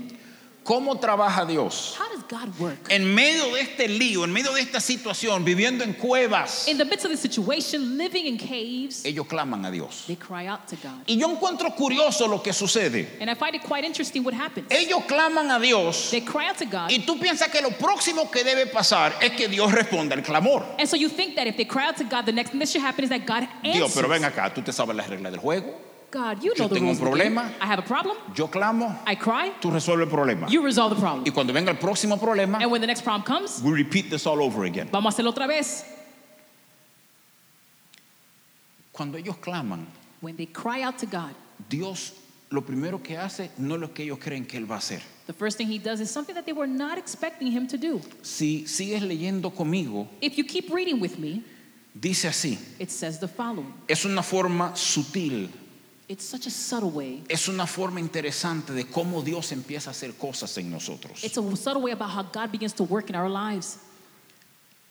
Speaker 3: ¿Cómo trabaja Dios?
Speaker 2: How does God work?
Speaker 3: En medio de este lío, en medio de esta situación, viviendo en cuevas,
Speaker 2: In the midst of the situation, living in caves,
Speaker 3: ellos claman a Dios.
Speaker 2: they cry out to God.
Speaker 3: Y yo encuentro curioso lo que sucede.
Speaker 2: And I find it quite interesting what happens.
Speaker 3: Ellos claman a Dios
Speaker 2: They cry out to God.
Speaker 3: y tú piensas que lo próximo que debe pasar es que Dios responda al clamor.
Speaker 2: And so you think that if they cry out to God, the next thing that should happen is that God
Speaker 3: Dios, pero ven
Speaker 2: answers.
Speaker 3: acá, tú te sabes las reglas del juego.
Speaker 2: God, you
Speaker 3: Yo
Speaker 2: know the
Speaker 3: tengo un
Speaker 2: rules. of the game.
Speaker 3: problema.
Speaker 2: I have a problem.
Speaker 3: Yo clamo,
Speaker 2: I cry.
Speaker 3: tú resuelves el problema.
Speaker 2: You resolve the
Speaker 3: Y
Speaker 2: problem.
Speaker 3: cuando venga el próximo problema,
Speaker 2: And when the next problem comes,
Speaker 3: we repeat this all over again.
Speaker 2: vamos a hacerlo otra vez.
Speaker 3: Cuando ellos claman,
Speaker 2: When they cry out to God,
Speaker 3: Dios lo primero que hace no es lo que ellos creen que Él va a hacer.
Speaker 2: the first thing He does is something that they were not expecting Him to do.
Speaker 3: Si sigues leyendo conmigo,
Speaker 2: If you keep reading with me,
Speaker 3: dice así.
Speaker 2: it says the following.
Speaker 3: Es una forma sutil,
Speaker 2: It's such a subtle way.
Speaker 3: es una forma interesante de cómo Dios empieza a hacer cosas en nosotros.
Speaker 2: It's a subtle way about how God begins to work in our lives.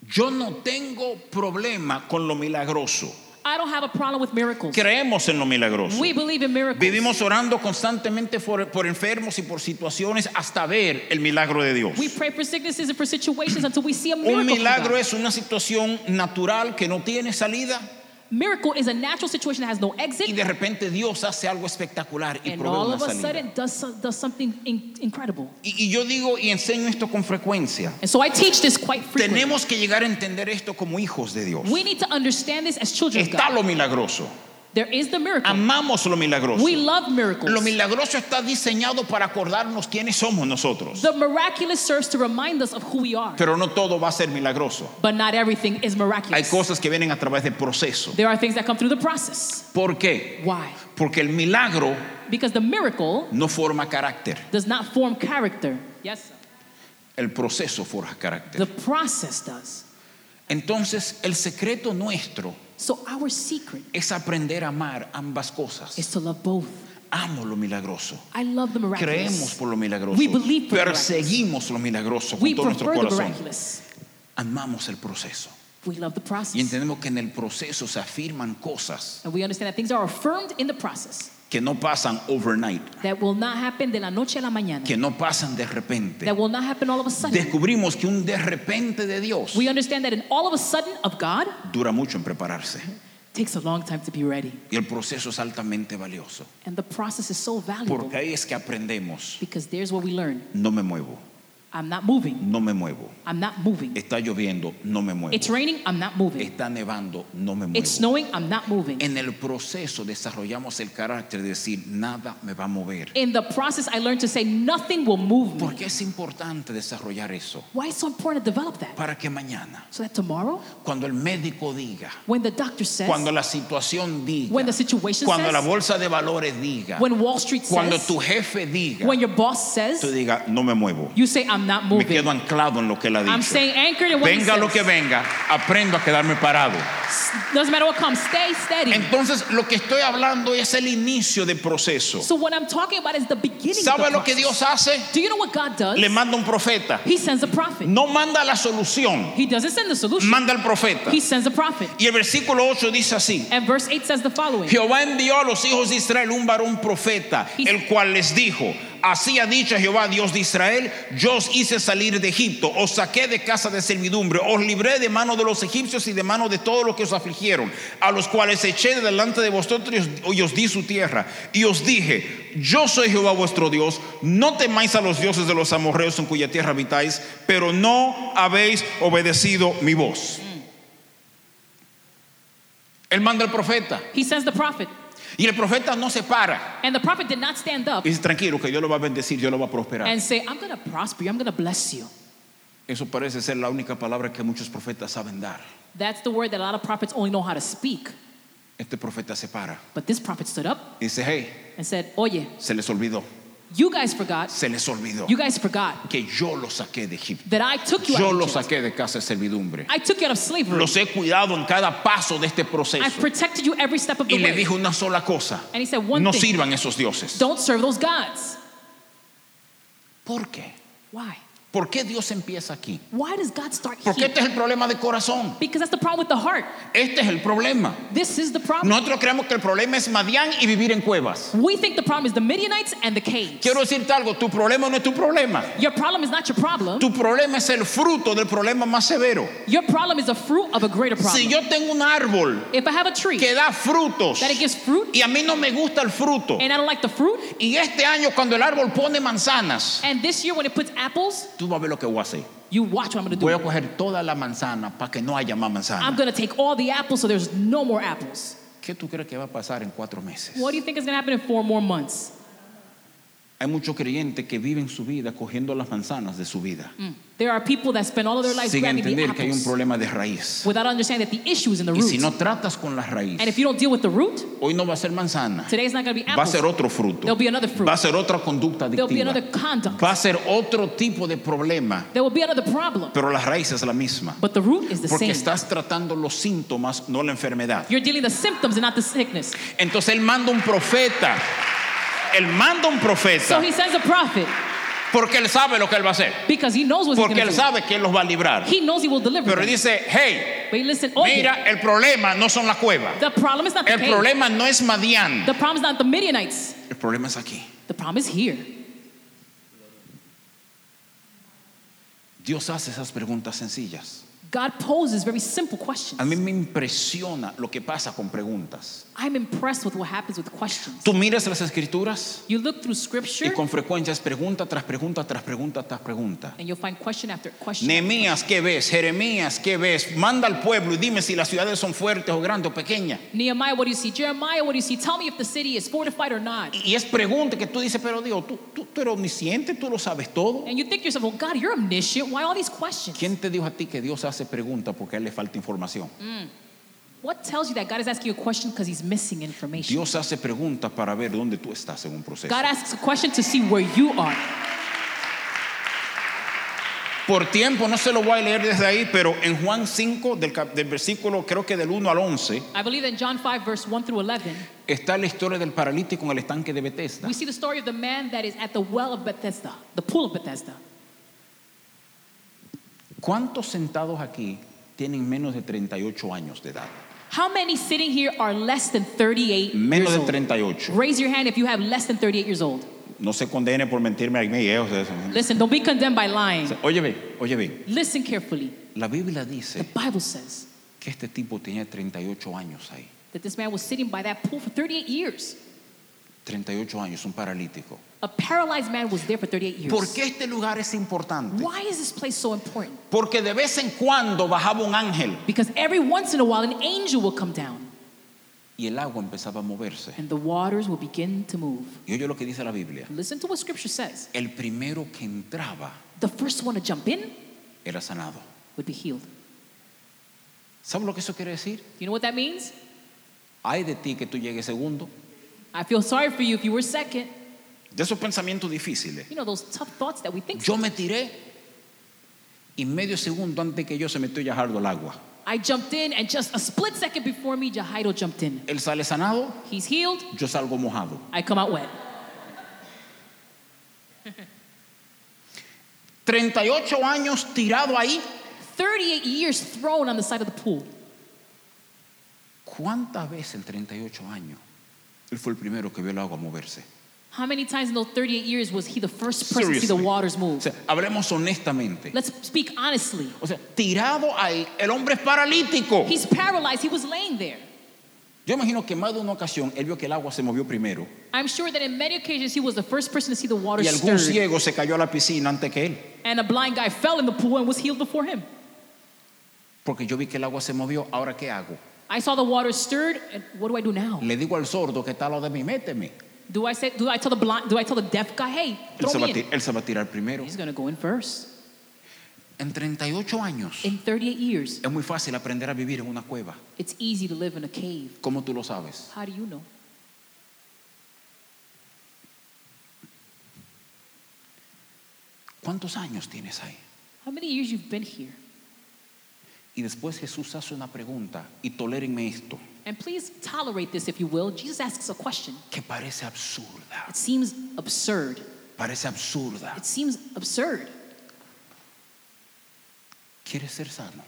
Speaker 3: Yo no tengo problema con lo milagroso.
Speaker 2: I don't have a problem with miracles.
Speaker 3: Creemos en lo milagroso.
Speaker 2: We believe in miracles.
Speaker 3: Vivimos orando constantemente por, por enfermos y por situaciones hasta ver el milagro de Dios.
Speaker 2: We pray for sicknesses and for situations until we see a miracle.
Speaker 3: Un
Speaker 2: from God.
Speaker 3: milagro es una situación natural que no tiene salida
Speaker 2: Miracle is a natural situation that has no
Speaker 3: y
Speaker 2: exit,
Speaker 3: de repente Dios hace algo espectacular y
Speaker 2: and
Speaker 3: provee
Speaker 2: all
Speaker 3: una
Speaker 2: of a
Speaker 3: salida.
Speaker 2: sudden does, some- does something in- incredible.
Speaker 3: Y, y yo digo y enseño esto con frecuencia.
Speaker 2: And so I teach this quite frequently.
Speaker 3: Tenemos que llegar a entender esto como hijos de Dios.
Speaker 2: we need to understand this as children of
Speaker 3: Está
Speaker 2: God.
Speaker 3: lo milagroso.
Speaker 2: There is the miracle.
Speaker 3: Amamos lo milagroso.
Speaker 2: we love miracles.
Speaker 3: Lo milagroso está diseñado para acordarnos quiénes somos nosotros.
Speaker 2: the miraculous serves to remind us of who we are,
Speaker 3: Pero no todo va a ser milagroso.
Speaker 2: but not everything is
Speaker 3: Hay
Speaker 2: miraculous.
Speaker 3: cosas que vienen a través del proceso.
Speaker 2: there are things that come through the process.
Speaker 3: ¿Por qué?
Speaker 2: Why?
Speaker 3: Porque el milagro
Speaker 2: Because the miracle
Speaker 3: no forma carácter.
Speaker 2: does not form character. Yes. sir.
Speaker 3: El proceso forja carácter.
Speaker 2: The process does.
Speaker 3: Entonces, el secreto nuestro
Speaker 2: So our secret
Speaker 3: es aprender a amar ambas cosas.
Speaker 2: is to love both.
Speaker 3: Amo lo milagroso.
Speaker 2: I love the
Speaker 3: Creemos
Speaker 2: miraculous.
Speaker 3: por lo milagroso.
Speaker 2: We believe for the
Speaker 3: Perseguimos lo milagroso con
Speaker 2: We
Speaker 3: todo nuestro
Speaker 2: prefer the
Speaker 3: corazón.
Speaker 2: miraculous.
Speaker 3: Amamos el proceso.
Speaker 2: We love the
Speaker 3: Y
Speaker 2: process.
Speaker 3: entendemos que en el proceso se afirman cosas
Speaker 2: And we understand that things are affirmed in the process
Speaker 3: que no pasan overnight,
Speaker 2: that will not happen de la noche a la mañana,
Speaker 3: que no pasan de repente.
Speaker 2: that will not happen all of a sudden.
Speaker 3: Descubrimos que un de repente de Dios
Speaker 2: We understand that an all of a sudden of God
Speaker 3: dura mucho en prepararse.
Speaker 2: takes a long time to be ready.
Speaker 3: Y el proceso es altamente valioso.
Speaker 2: And the process is so valuable
Speaker 3: Porque ahí es que aprendemos.
Speaker 2: because there's what we learn.
Speaker 3: No me muevo,
Speaker 2: I'm not moving.
Speaker 3: no me muevo.
Speaker 2: I'm not moving.
Speaker 3: Está lloviendo, no me muevo.
Speaker 2: It's raining. I'm not moving.
Speaker 3: Está nevando, no me
Speaker 2: It's
Speaker 3: muevo.
Speaker 2: snowing. I'm not moving.
Speaker 3: En el proceso desarrollamos el carácter de decir, nada me va a mover.
Speaker 2: In the process, I learned to say nothing will move
Speaker 3: ¿Por
Speaker 2: me.
Speaker 3: qué es importante desarrollar eso?
Speaker 2: Why is it so important to develop that?
Speaker 3: Para que mañana,
Speaker 2: So that tomorrow,
Speaker 3: cuando el médico diga,
Speaker 2: when the doctor says,
Speaker 3: cuando la situación diga,
Speaker 2: when the situation
Speaker 3: cuando
Speaker 2: says,
Speaker 3: la bolsa de valores diga,
Speaker 2: when Wall Street
Speaker 3: cuando
Speaker 2: says,
Speaker 3: tu jefe diga,
Speaker 2: when your boss
Speaker 3: tú
Speaker 2: says,
Speaker 3: digas, no me muevo.
Speaker 2: you say, I'm I'm not
Speaker 3: me
Speaker 2: moving.
Speaker 3: quedo anclado en lo que él ha
Speaker 2: I'm
Speaker 3: dicho.
Speaker 2: staying anchored in what he
Speaker 3: Venga
Speaker 2: says.
Speaker 3: lo que venga, aprendo a quedarme parado.
Speaker 2: Doesn't matter what comes, stay steady.
Speaker 3: Entonces, lo que estoy hablando es el inicio del proceso.
Speaker 2: so what I'm talking about is the beginning of
Speaker 3: ¿Sabe
Speaker 2: the
Speaker 3: lo
Speaker 2: process.
Speaker 3: que Dios hace?
Speaker 2: Do you know what God does?
Speaker 3: Le manda un profeta.
Speaker 2: he sends a prophet.
Speaker 3: No manda la solución,
Speaker 2: He doesn't send the solution.
Speaker 3: manda al profeta.
Speaker 2: He sends a prophet.
Speaker 3: Y el versículo 8 dice así.
Speaker 2: And verse 8 says the following.
Speaker 3: Jehová envió a los hijos de Israel un varón profeta,
Speaker 2: Y-
Speaker 3: el cual les dijo, así ha dicho Jehová Dios de Israel, yo os hice salir de Egipto, os saqué de casa de servidumbre, os libré de mano de los egipcios y de mano de todos los que os afligieron, a los cuales eché de delante de vosotros y os- y os di su tierra, y os dije, yo soy Jehová vuestro Dios, no temáis a los dioses de los amorreos en cuya tierra habitáis, pero no habéis obedecido mi voz. Él manda al profeta.
Speaker 2: He sends the prophet.
Speaker 3: Y el profeta no se para.
Speaker 2: And the prophet did not stand up
Speaker 3: Y dice, tranquilo, que Dios lo va a bendecir, Dios lo va a prosperar.
Speaker 2: and say, I'm going to prosper you. I'm going to bless you.
Speaker 3: Eso parece ser la única palabra que muchos profetas saben dar.
Speaker 2: That's the word that a lot of prophets only know how to speak.
Speaker 3: Este profeta se para.
Speaker 2: But this prophet stood up
Speaker 3: Y dice, hey,
Speaker 2: and said, Oye,
Speaker 3: se les olvidó,
Speaker 2: you guys forgot.
Speaker 3: se les olvidó
Speaker 2: You guys forgot
Speaker 3: que yo los saqué de Egipto.
Speaker 2: that I took you
Speaker 3: Yo
Speaker 2: out of
Speaker 3: los
Speaker 2: Egypt.
Speaker 3: saqué de casa de servidumbre.
Speaker 2: I took you out of slavery.
Speaker 3: Los he cuidado en cada paso de este
Speaker 2: I've
Speaker 3: proceso.
Speaker 2: protected you every step of the
Speaker 3: Y le
Speaker 2: way.
Speaker 3: dijo una sola cosa.
Speaker 2: And he said one
Speaker 3: No
Speaker 2: thing.
Speaker 3: sirvan esos dioses.
Speaker 2: Don't serve those gods.
Speaker 3: ¿Por qué?
Speaker 2: Why?
Speaker 3: ¿Por qué Dios empieza aquí?
Speaker 2: Why does God start
Speaker 3: Porque
Speaker 2: here?
Speaker 3: este es el problema de corazón.
Speaker 2: Because that's the problem with the heart.
Speaker 3: Este es el problema.
Speaker 2: This is the problem.
Speaker 3: Nosotros creemos que el problema es Madián y vivir en cuevas.
Speaker 2: We think the problem is the Midianites and the caves.
Speaker 3: Quiero decirte algo, tu problema no es tu problema.
Speaker 2: Your problem is not your problem.
Speaker 3: Tu problema es el fruto del problema más severo.
Speaker 2: Your problem is a fruit of a greater problem.
Speaker 3: Si yo tengo un árbol
Speaker 2: if I have a tree
Speaker 3: que da frutos
Speaker 2: that it gives fruit
Speaker 3: y a mí no me gusta el fruto,
Speaker 2: and I don't like the fruit,
Speaker 3: y este año cuando el árbol pone manzanas,
Speaker 2: and this year when it puts apples,
Speaker 3: tú vas a ver lo que voy a hacer.
Speaker 2: you watch what I'm going to
Speaker 3: Voy
Speaker 2: do.
Speaker 3: a coger toda la manzana para que no haya más manzana.
Speaker 2: I'm going to take all the apples so there's no more apples.
Speaker 3: ¿Qué tú crees que va a pasar en cuatro meses?
Speaker 2: What do you think is going to happen in four more months?
Speaker 3: Hay muchos creyentes que viven su vida cogiendo las manzanas de su vida,
Speaker 2: There are people that spend all of their lives
Speaker 3: sin
Speaker 2: grabbing the
Speaker 3: Mm. entender que hay un
Speaker 2: apples
Speaker 3: problema de raíz.
Speaker 2: without understanding that the issue is in the
Speaker 3: Y
Speaker 2: root.
Speaker 3: si no tratas con la raíz,
Speaker 2: and if you don't deal with the root,
Speaker 3: hoy no va a ser manzana.
Speaker 2: today's not going to be
Speaker 3: va a
Speaker 2: apples.
Speaker 3: ser otro fruto.
Speaker 2: There'll be another fruit.
Speaker 3: Va a ser otra conducta
Speaker 2: There'll be
Speaker 3: adictiva.
Speaker 2: another conduct.
Speaker 3: Va a ser otro tipo de problema,
Speaker 2: There will be another problem.
Speaker 3: pero la raíz es la misma.
Speaker 2: But the root is the
Speaker 3: Porque
Speaker 2: same.
Speaker 3: estás tratando los síntomas, no la enfermedad.
Speaker 2: You're dealing the symptoms and not the sickness.
Speaker 3: Entonces él manda un profeta. Él manda un
Speaker 2: So
Speaker 3: profeta
Speaker 2: he sends a prophet
Speaker 3: porque él sabe lo que él va a hacer.
Speaker 2: because he knows what he's
Speaker 3: Porque
Speaker 2: going to
Speaker 3: él
Speaker 2: do.
Speaker 3: sabe que él los va a librar.
Speaker 2: He knows he will deliver
Speaker 3: Pero
Speaker 2: them.
Speaker 3: dice, hey,
Speaker 2: But listen, oye,
Speaker 3: mira, el problema no son las cuevas.
Speaker 2: the problem is not the
Speaker 3: El
Speaker 2: cave.
Speaker 3: problema no es Madián.
Speaker 2: The problem is not the Midianites.
Speaker 3: El problema es aquí.
Speaker 2: The problem is here.
Speaker 3: Dios hace esas preguntas sencillas.
Speaker 2: God poses very simple
Speaker 3: A mí
Speaker 2: questions.
Speaker 3: me impresiona lo que pasa con preguntas.
Speaker 2: I'm impressed with what happens with questions.
Speaker 3: Tú miras las escrituras
Speaker 2: You look through
Speaker 3: y
Speaker 2: scripture
Speaker 3: con frecuencia es pregunta tras pregunta tras pregunta tras pregunta.
Speaker 2: and you'll find question after question.
Speaker 3: Nehemías, ¿qué ves? Jeremías, ¿qué ves? Manda al pueblo y dime si las ciudades son fuertes o grandes o pequeñas.
Speaker 2: Nehemiah, what do you see? Jeremiah, what do you see? Tell me if the city is fortified or not.
Speaker 3: Y es pregunta que tú dices, pero Dios, tú, tú, tú eres omnisciente, tú lo sabes todo.
Speaker 2: And you think to yourself, well, God, you're omniscient. Why all these questions?
Speaker 3: ¿Quién te dijo a ti que Dios hace preguntas porque a él le falta información?
Speaker 2: What tells you that God is asking you a question because he's missing information?
Speaker 3: Dios hace preguntas para ver dónde tú estás en un proceso.
Speaker 2: God asks a question to see where you are.
Speaker 3: Por tiempo no se lo voy a leer desde ahí, pero en Juan 5, del, cap- del versículo creo que del 1 al 11,
Speaker 2: I believe that in John 5, verse 1 through 11,
Speaker 3: está la historia del paralítico en el estanque de Bethesda.
Speaker 2: we see the story of the man that is at the well of Bethesda, the pool of Bethesda.
Speaker 3: ¿Cuántos sentados aquí tienen menos de 38 años de edad?
Speaker 2: How many sitting here are less than 38
Speaker 3: Menos
Speaker 2: years
Speaker 3: de
Speaker 2: old?
Speaker 3: 38.
Speaker 2: Raise your hand if you have less than 38 years old.
Speaker 3: No se condene por mentirme a mí. eh, o sea,
Speaker 2: Listen, don't be condemned by lying.
Speaker 3: Oye, ve, oye, ve.
Speaker 2: Listen carefully.
Speaker 3: La Biblia
Speaker 2: The
Speaker 3: dice
Speaker 2: Bible says
Speaker 3: que este tipo tenía 38 años ahí.
Speaker 2: that this man was sitting by that pool for 38 years.
Speaker 3: 38 años, un paralítico.
Speaker 2: A paralyzed man was there for 38 years.
Speaker 3: ¿Por qué este lugar es importante?
Speaker 2: Why is this place so important?
Speaker 3: Porque de vez en cuando bajaba un ángel
Speaker 2: Because every once in a while, an angel will come down
Speaker 3: y el agua empezaba a moverse.
Speaker 2: and the waters will begin to move.
Speaker 3: Y oye lo que dice la Biblia.
Speaker 2: Listen to what scripture says.
Speaker 3: El primero que entraba
Speaker 2: The first one to jump in
Speaker 3: era sanado.
Speaker 2: would be healed.
Speaker 3: ¿Sabes lo que eso quiere decir?
Speaker 2: You know what that means?
Speaker 3: Hay de ti que tú llegues segundo.
Speaker 2: I feel sorry for you if you were second.
Speaker 3: De esos pensamientos difíciles.
Speaker 2: You know, those tough thoughts that we think.
Speaker 3: Yo me tiré, Y medio segundo antes que yo se metió Yajardo al agua.
Speaker 2: I jumped in, and just a split second before me, Jahido jumped in.
Speaker 3: Él sale sanado,
Speaker 2: He's healed.
Speaker 3: yo salgo mojado.
Speaker 2: I come out wet.
Speaker 3: 38 años tirado ahí.
Speaker 2: 38 years thrown on the side of the pool.
Speaker 3: ¿Cuántas veces en 38 años? Él fue el primero que vio el agua moverse.
Speaker 2: How many times in those 38 years was he the first person to see the
Speaker 3: Seriously.
Speaker 2: waters move?
Speaker 3: O sea, hablemos honestamente.
Speaker 2: Let's speak honestly.
Speaker 3: O sea, tirado ahí, el hombre es paralítico.
Speaker 2: He's paralyzed. He was laying there.
Speaker 3: Yo imagino que más de una ocasión él vio que el agua se movió primero
Speaker 2: I'm sure that in many occasions he was the first person to see the water
Speaker 3: y algún
Speaker 2: stirred,
Speaker 3: ciego se cayó a la piscina antes que él,
Speaker 2: and a blind guy fell in the pool and was healed before him.
Speaker 3: porque yo vi que el agua se movió. Ahora qué hago?
Speaker 2: I saw the water stirred, and what do I do now?
Speaker 3: Le digo al sordo que está al lado de mí, méteme.
Speaker 2: Do I say? Do I tell the blind? Do I tell the deaf guy, hey,
Speaker 3: Él se,
Speaker 2: throw
Speaker 3: va a
Speaker 2: me
Speaker 3: ti-
Speaker 2: in?
Speaker 3: él se va a tirar primero.
Speaker 2: He's gonna go in first.
Speaker 3: En 38 años
Speaker 2: In 38 years,
Speaker 3: es muy fácil aprender a vivir en una cueva.
Speaker 2: it's easy to live in a cave.
Speaker 3: ¿Cómo tú lo sabes?
Speaker 2: How do you know?
Speaker 3: ¿Cuántos años tienes ahí?
Speaker 2: How many years you've been here?
Speaker 3: Y después Jesús hace una pregunta y tolérenme esto,
Speaker 2: And please tolerate this if you will. Jesus asks a question.
Speaker 3: que parece absurda.
Speaker 2: It seems absurd.
Speaker 3: Parece absurda.
Speaker 2: It seems absurd.
Speaker 3: ¿Quieres ser sano?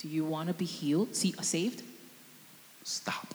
Speaker 2: Do you want to be healed? See, uh, saved?
Speaker 3: Stop.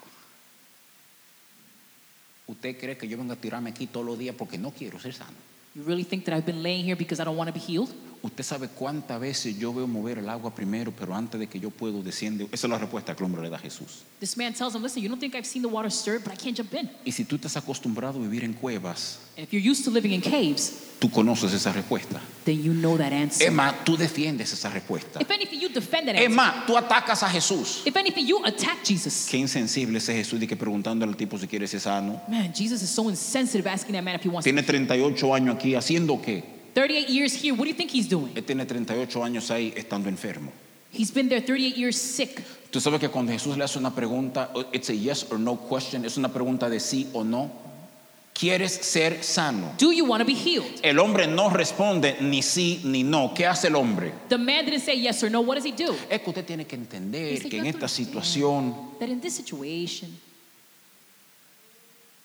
Speaker 3: ¿Usted cree que yo vengo a tirarme aquí todos los días porque no quiero ser sano?
Speaker 2: You really think that I've been laying here because I don't want to be healed?
Speaker 3: Usted sabe cuántas veces yo veo mover el agua primero, pero antes de que yo puedo desciende. Esa es la respuesta que el hombre le da a Jesús.
Speaker 2: This man tells him, listen, you don't think I've seen the water stirred, but I can't jump in. And
Speaker 3: Y si tú estás acostumbrado a vivir en cuevas,
Speaker 2: if you're used to living in caves,
Speaker 3: tú conoces esa respuesta.
Speaker 2: then you know that answer.
Speaker 3: Es más, tú defiendes esa respuesta.
Speaker 2: If anything, you defend that
Speaker 3: Es
Speaker 2: answer.
Speaker 3: más, tú atacas a Jesús.
Speaker 2: If anything, you attack Jesus.
Speaker 3: Qué insensible ese Jesús de que preguntándole al tipo si quiere ser sano.
Speaker 2: Man, Jesus is so insensitive asking that man if he wants to.
Speaker 3: Tiene 38 años aquí, ¿haciendo qué?
Speaker 2: 38 years here, what do you think he's doing?
Speaker 3: Él tiene 38 años ahí estando enfermo.
Speaker 2: He's been there 38 years sick.
Speaker 3: Tú sabes que cuando Jesús le hace una pregunta, it's a yes or no question, es una pregunta de sí o no. ¿Quieres ser sano?
Speaker 2: Do you want to be healed?
Speaker 3: El hombre no responde ni sí ni no. ¿Qué hace el hombre?
Speaker 2: The man didn't say yes or no. What does he do?
Speaker 3: Es que usted tiene que entender
Speaker 2: Dice,
Speaker 3: que
Speaker 2: "Yo
Speaker 3: en esta
Speaker 2: te entiendo".
Speaker 3: situación
Speaker 2: That in this situation,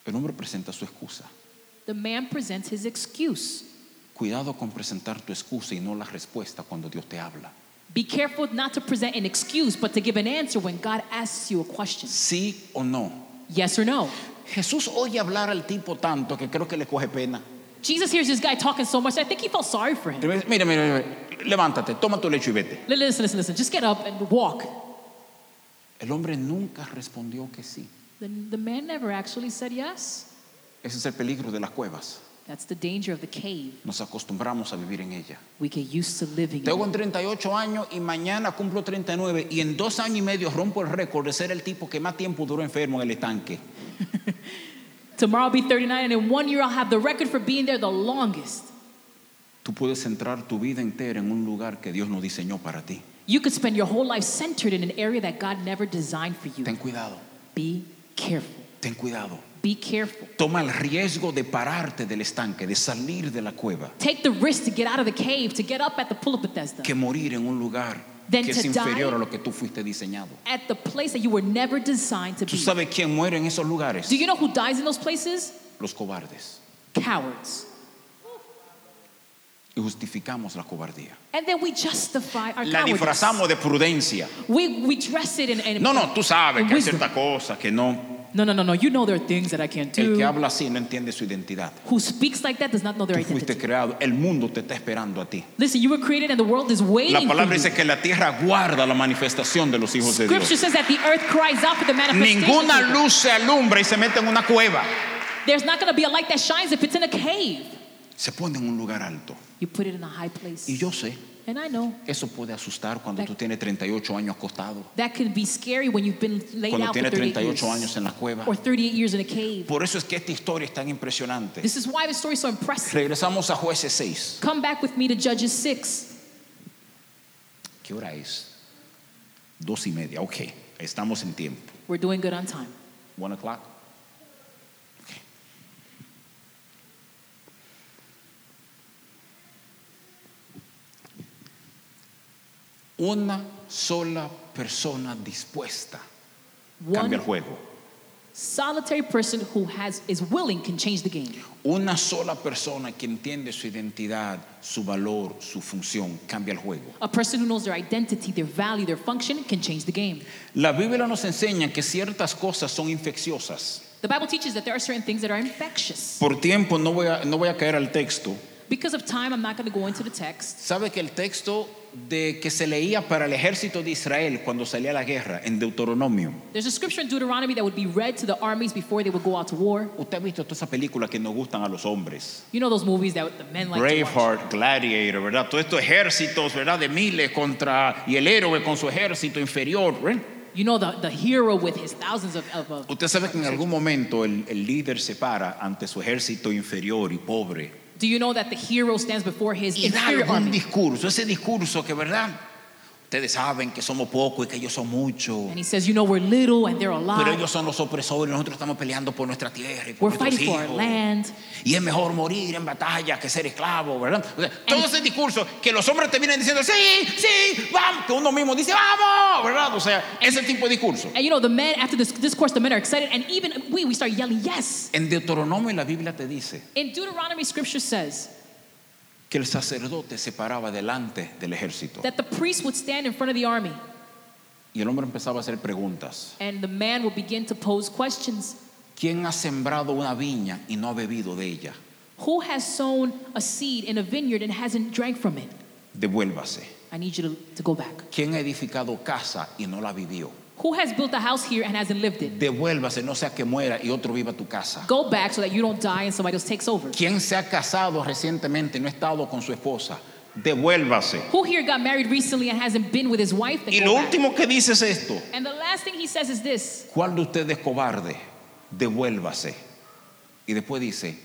Speaker 3: el hombre presenta su excusa.
Speaker 2: the man presents his excuse.
Speaker 3: Cuidado con presentar tu excusa y no la respuesta cuando Dios te habla.
Speaker 2: Be careful not to present an excuse, but to give an answer when God asks you a question.
Speaker 3: Sí o no.
Speaker 2: Yes or no?
Speaker 3: Jesús oye hablar al tipo tanto que creo que le coge pena.
Speaker 2: Jesus hears this guy talking so much, I think he felt sorry for him.
Speaker 3: Mira, mira, mira, levántate, toma tu lecho y vete.
Speaker 2: Li- Listen, listen, listen. Just get up and walk.
Speaker 3: El hombre nunca respondió que sí.
Speaker 2: The, the man never actually said yes.
Speaker 3: Ese es el peligro de las cuevas.
Speaker 2: That's the danger of the cave.
Speaker 3: Nos acostumbramos a vivir en ella.
Speaker 2: We get used to living. in
Speaker 3: Tengo en 38 años y mañana cumplo 39 y en dos años y medio rompo el récord de ser el tipo que más tiempo duró enfermo en el estanque.
Speaker 2: it. Tomorrow I'll be 39, and in one year I'll have the record for being there the longest.
Speaker 3: Tú puedes centrar tu vida entera en un lugar que Dios no diseñó para ti.
Speaker 2: You could spend your whole life centered in an area that God never designed for you.
Speaker 3: Ten cuidado,
Speaker 2: Be careful.
Speaker 3: ten cuidado.
Speaker 2: Be careful.
Speaker 3: Toma el riesgo de pararte del estanque, de salir de la cueva,
Speaker 2: Take the risk to get out of the cave, to get up at the pool of Bethesda,
Speaker 3: que morir en un lugar
Speaker 2: Then
Speaker 3: que es
Speaker 2: to
Speaker 3: inferior
Speaker 2: die.
Speaker 3: a lo que tú fuiste diseñado.
Speaker 2: at the place that you were never designed to
Speaker 3: ¿Tú
Speaker 2: be.
Speaker 3: sabes quién muere en esos lugares?
Speaker 2: Mm. Do you know who dies in those places?
Speaker 3: Los cobardes.
Speaker 2: Cowards.
Speaker 3: Y justificamos la cobardía.
Speaker 2: And then we justify our
Speaker 3: La
Speaker 2: cowardice.
Speaker 3: disfrazamos de prudencia.
Speaker 2: We, we dress it in. in
Speaker 3: No, no, tú sabes
Speaker 2: in
Speaker 3: que hay
Speaker 2: wisdom.
Speaker 3: cierta cosa que no.
Speaker 2: No, no, no, no. You know there are things that I can't
Speaker 3: El
Speaker 2: do.
Speaker 3: que habla así no entiende su identidad.
Speaker 2: Who speaks like that does not know their
Speaker 3: Tú fuiste
Speaker 2: identity.
Speaker 3: creado, el mundo te está esperando a ti.
Speaker 2: Listen, you were created and the world is waiting.
Speaker 3: La palabra
Speaker 2: for you.
Speaker 3: dice que la tierra guarda la manifestación de los hijos de
Speaker 2: Scripture
Speaker 3: Dios.
Speaker 2: says that the earth cries out for the manifestation.
Speaker 3: Ninguna luz se alumbra y se mete en una cueva.
Speaker 2: There's not going to be a light that shines if it's in a cave.
Speaker 3: Se pone en un lugar alto.
Speaker 2: You put it in a high place.
Speaker 3: Y yo sé,
Speaker 2: And I know
Speaker 3: eso puede asustar cuando tú tienes 38 años acostado,
Speaker 2: that can be scary when you've been laid
Speaker 3: cuando
Speaker 2: out for
Speaker 3: tienes
Speaker 2: 38
Speaker 3: 38
Speaker 2: years.
Speaker 3: años en la cueva.
Speaker 2: or 38 years in a cave.
Speaker 3: Por eso es que esta historia es tan impresionante.
Speaker 2: This is why the story's so impressive.
Speaker 3: Regresamos a jueces 6.
Speaker 2: Come back with me to Judges 6.
Speaker 3: ¿Qué hora es? Dos y media. Ok, estamos en tiempo.
Speaker 2: We're doing good on time.
Speaker 3: One o'clock. Okay. Una sola persona dispuesta cambia el
Speaker 2: One
Speaker 3: juego.
Speaker 2: solitary person who has is willing can change the game.
Speaker 3: Una sola persona que entiende su identidad, su valor, su función, cambia el juego.
Speaker 2: A person who knows their identity, their value, their function can change the game.
Speaker 3: La Biblia nos enseña que ciertas cosas son infecciosas.
Speaker 2: The Bible teaches that there are certain things that are infectious.
Speaker 3: Por tiempo no voy a, no voy a caer al texto.
Speaker 2: Because of time, I'm not going to go into the text.
Speaker 3: Sabe que el texto de que se leía para el ejército de Israel cuando salía la guerra en Deuteronomio.
Speaker 2: There's a scripture in Deuteronomy that would be read to the armies before they would go out to war.
Speaker 3: Usted ha visto todas esas películas que nos gustan a los hombres.
Speaker 2: You know those movies that the men like to watch.
Speaker 3: Braveheart, Gladiator, ¿verdad? Todos estos ejércitos, ¿verdad? De miles contra y el héroe con su ejército inferior. ¿verdad?
Speaker 2: You know the, the hero with his thousands of, of, of-
Speaker 3: Usted sabe que en algún momento el, el líder se para ante su ejército inferior y pobre
Speaker 2: Do you know that the hero stands before his
Speaker 3: y da
Speaker 2: inferior
Speaker 3: algún
Speaker 2: army?
Speaker 3: discurso, ese discurso que, ¿verdad? Ustedes saben que somos pocos y que ellos son muchos.
Speaker 2: And he says, you know, we're little and they're a
Speaker 3: Pero
Speaker 2: lot.
Speaker 3: ellos son los opresores, nosotros estamos peleando por nuestra tierra y por
Speaker 2: Ah. We're
Speaker 3: nuestros
Speaker 2: fighting for our
Speaker 3: hijos.
Speaker 2: land.
Speaker 3: Y es mejor morir en batalla que ser esclavo, ¿verdad? O sea, todo
Speaker 2: And-
Speaker 3: ese discurso que los hombres te vienen diciendo, sí, sí, vamos, que uno mismo dice, vamos, ¿verdad? O sea, ese tipo de discurso.
Speaker 2: And you know, the men, after this discourse, the men are excited. And even we, we start yelling, yes.
Speaker 3: En Deuteronomio la Biblia te dice
Speaker 2: In Deuteronomy, scripture says
Speaker 3: que el sacerdote se paraba delante del ejército
Speaker 2: that the priest would stand in front of the army
Speaker 3: y el hombre empezaba a hacer preguntas.
Speaker 2: and the man would begin to pose questions.
Speaker 3: ¿Quién ha sembrado una viña y no ha bebido de ella?
Speaker 2: Who has sown a seed in a vineyard and hasn't drank from it?
Speaker 3: Devuélvase.
Speaker 2: I need you to, to go back.
Speaker 3: ¿Quién ha edificado casa y no la vivió?
Speaker 2: Who has built a house here and hasn't lived it?
Speaker 3: Devuélvase, no sea que muera y otro viva tu casa.
Speaker 2: Go back so that you don't die and somebody else takes over.
Speaker 3: Quien se ha casado recientemente y no ha estado con su esposa, devuélvase.
Speaker 2: Who here got married recently and hasn't been with his wife? Then
Speaker 3: Y
Speaker 2: go
Speaker 3: lo
Speaker 2: back.
Speaker 3: último que dice es esto:
Speaker 2: And the last thing he says is this
Speaker 3: ¿Cuál de ustedes es cobarde? Devuélvase. Y después dice: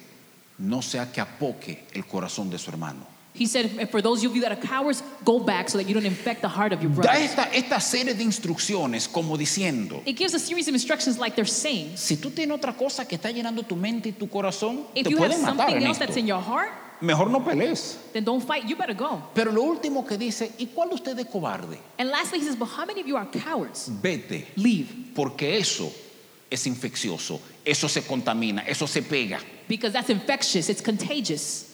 Speaker 3: No sea que apoque el corazón de su hermano.
Speaker 2: He said, For those of you that are cowards, go back so that you don't infect the heart of your
Speaker 3: Da
Speaker 2: brother.
Speaker 3: esta, esta serie de instrucciones como diciendo:
Speaker 2: It gives a series of instructions like they're saying.
Speaker 3: Si tú tienes otra cosa que está llenando tu mente y tu corazón,
Speaker 2: If
Speaker 3: te
Speaker 2: you have
Speaker 3: pueden matar
Speaker 2: something
Speaker 3: en
Speaker 2: else that's
Speaker 3: esto.
Speaker 2: in your heart,
Speaker 3: Mejor no pelees.
Speaker 2: then don't fight. You better go.
Speaker 3: Pero lo último que dice: ¿Y cuál de ustedes es cobarde?
Speaker 2: And lastly, he says, But how many of you are cowards?
Speaker 3: Vete.
Speaker 2: Leave.
Speaker 3: Porque eso es infeccioso, eso se contamina, eso se pega.
Speaker 2: Because that's infectious, it's contagious.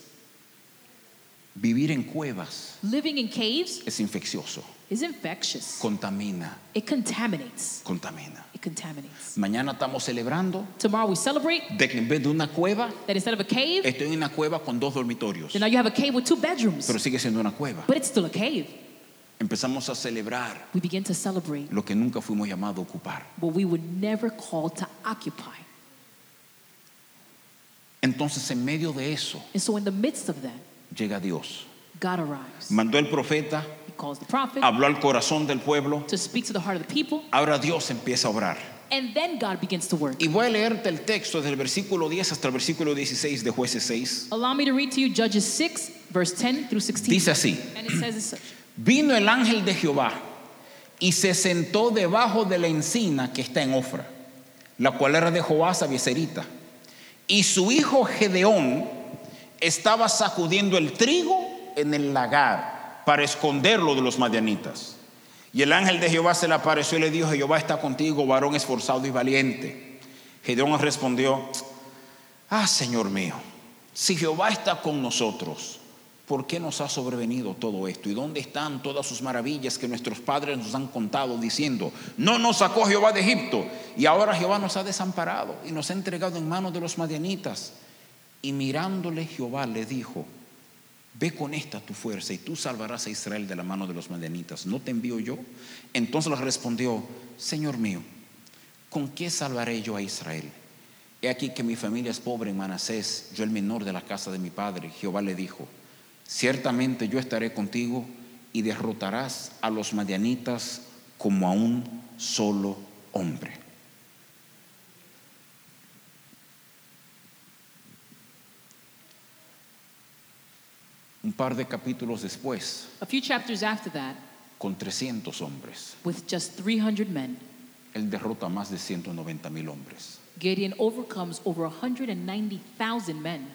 Speaker 3: Vivir en cuevas
Speaker 2: Living in caves
Speaker 3: es infeccioso,
Speaker 2: is infectious,
Speaker 3: contamina,
Speaker 2: it contaminates.
Speaker 3: contamina.
Speaker 2: It contaminates.
Speaker 3: Mañana estamos celebrando
Speaker 2: Tomorrow we celebrate
Speaker 3: de que en vez de una cueva,
Speaker 2: that instead of a cave,
Speaker 3: estoy en una cueva con dos dormitorios,
Speaker 2: then now you have a cave with two bedrooms.
Speaker 3: pero sigue siendo una cueva.
Speaker 2: But it's still a cave.
Speaker 3: Empezamos a celebrar
Speaker 2: We begin to celebrate
Speaker 3: lo que nunca fuimos llamados a ocupar.
Speaker 2: what we were never called to occupy.
Speaker 3: Entonces en medio de eso
Speaker 2: And so, in the midst of that,
Speaker 3: llega Dios.
Speaker 2: God arrives.
Speaker 3: Mandó el profeta,
Speaker 2: He calls the prophet
Speaker 3: habló al corazón del pueblo,
Speaker 2: to speak to the heart of the people,
Speaker 3: ahora Dios empieza a obrar.
Speaker 2: and then God begins to work.
Speaker 3: Y voy a leerte el texto desde el versículo 10 hasta el versículo 16 de jueces 6.
Speaker 2: Allow me to read to you Judges 6, verse 10 through 16.
Speaker 3: Dice así.
Speaker 2: And it says, as such,
Speaker 3: Vino el ángel de Jehová y se sentó debajo de la encina que está en Ofra, la cual era de Joás a Bieserita. Y su hijo Gedeón estaba sacudiendo el trigo en el lagar para esconderlo de los madianitas. Y el ángel de Jehová se le apareció y le dijo, Jehová está contigo, varón esforzado y valiente. Gedeón respondió, Ah, Señor mío, si Jehová está con nosotros, ¿por qué nos ha sobrevenido todo esto? ¿Y dónde están todas sus maravillas que nuestros padres nos han contado diciendo, no nos sacó Jehová de Egipto? Y ahora Jehová nos ha desamparado y nos ha entregado en manos de los madianitas. Y mirándole Jehová le dijo, Ve con esta tu fuerza y tú salvarás a Israel de la mano de los madianitas. ¿No te envío yo? Entonces le respondió, Señor mío, ¿con qué salvaré yo a Israel? He aquí que mi familia es pobre en Manasés, yo el menor de la casa de mi padre. Jehová le dijo, ciertamente yo estaré contigo y derrotarás a los madianitas como a un solo hombre. Un par de capítulos después,
Speaker 2: a few chapters after that,
Speaker 3: con 300 hombres,
Speaker 2: with just 300 men,
Speaker 3: él derrota a más de 190 mil hombres.
Speaker 2: Gideon overcomes over 190,000 men.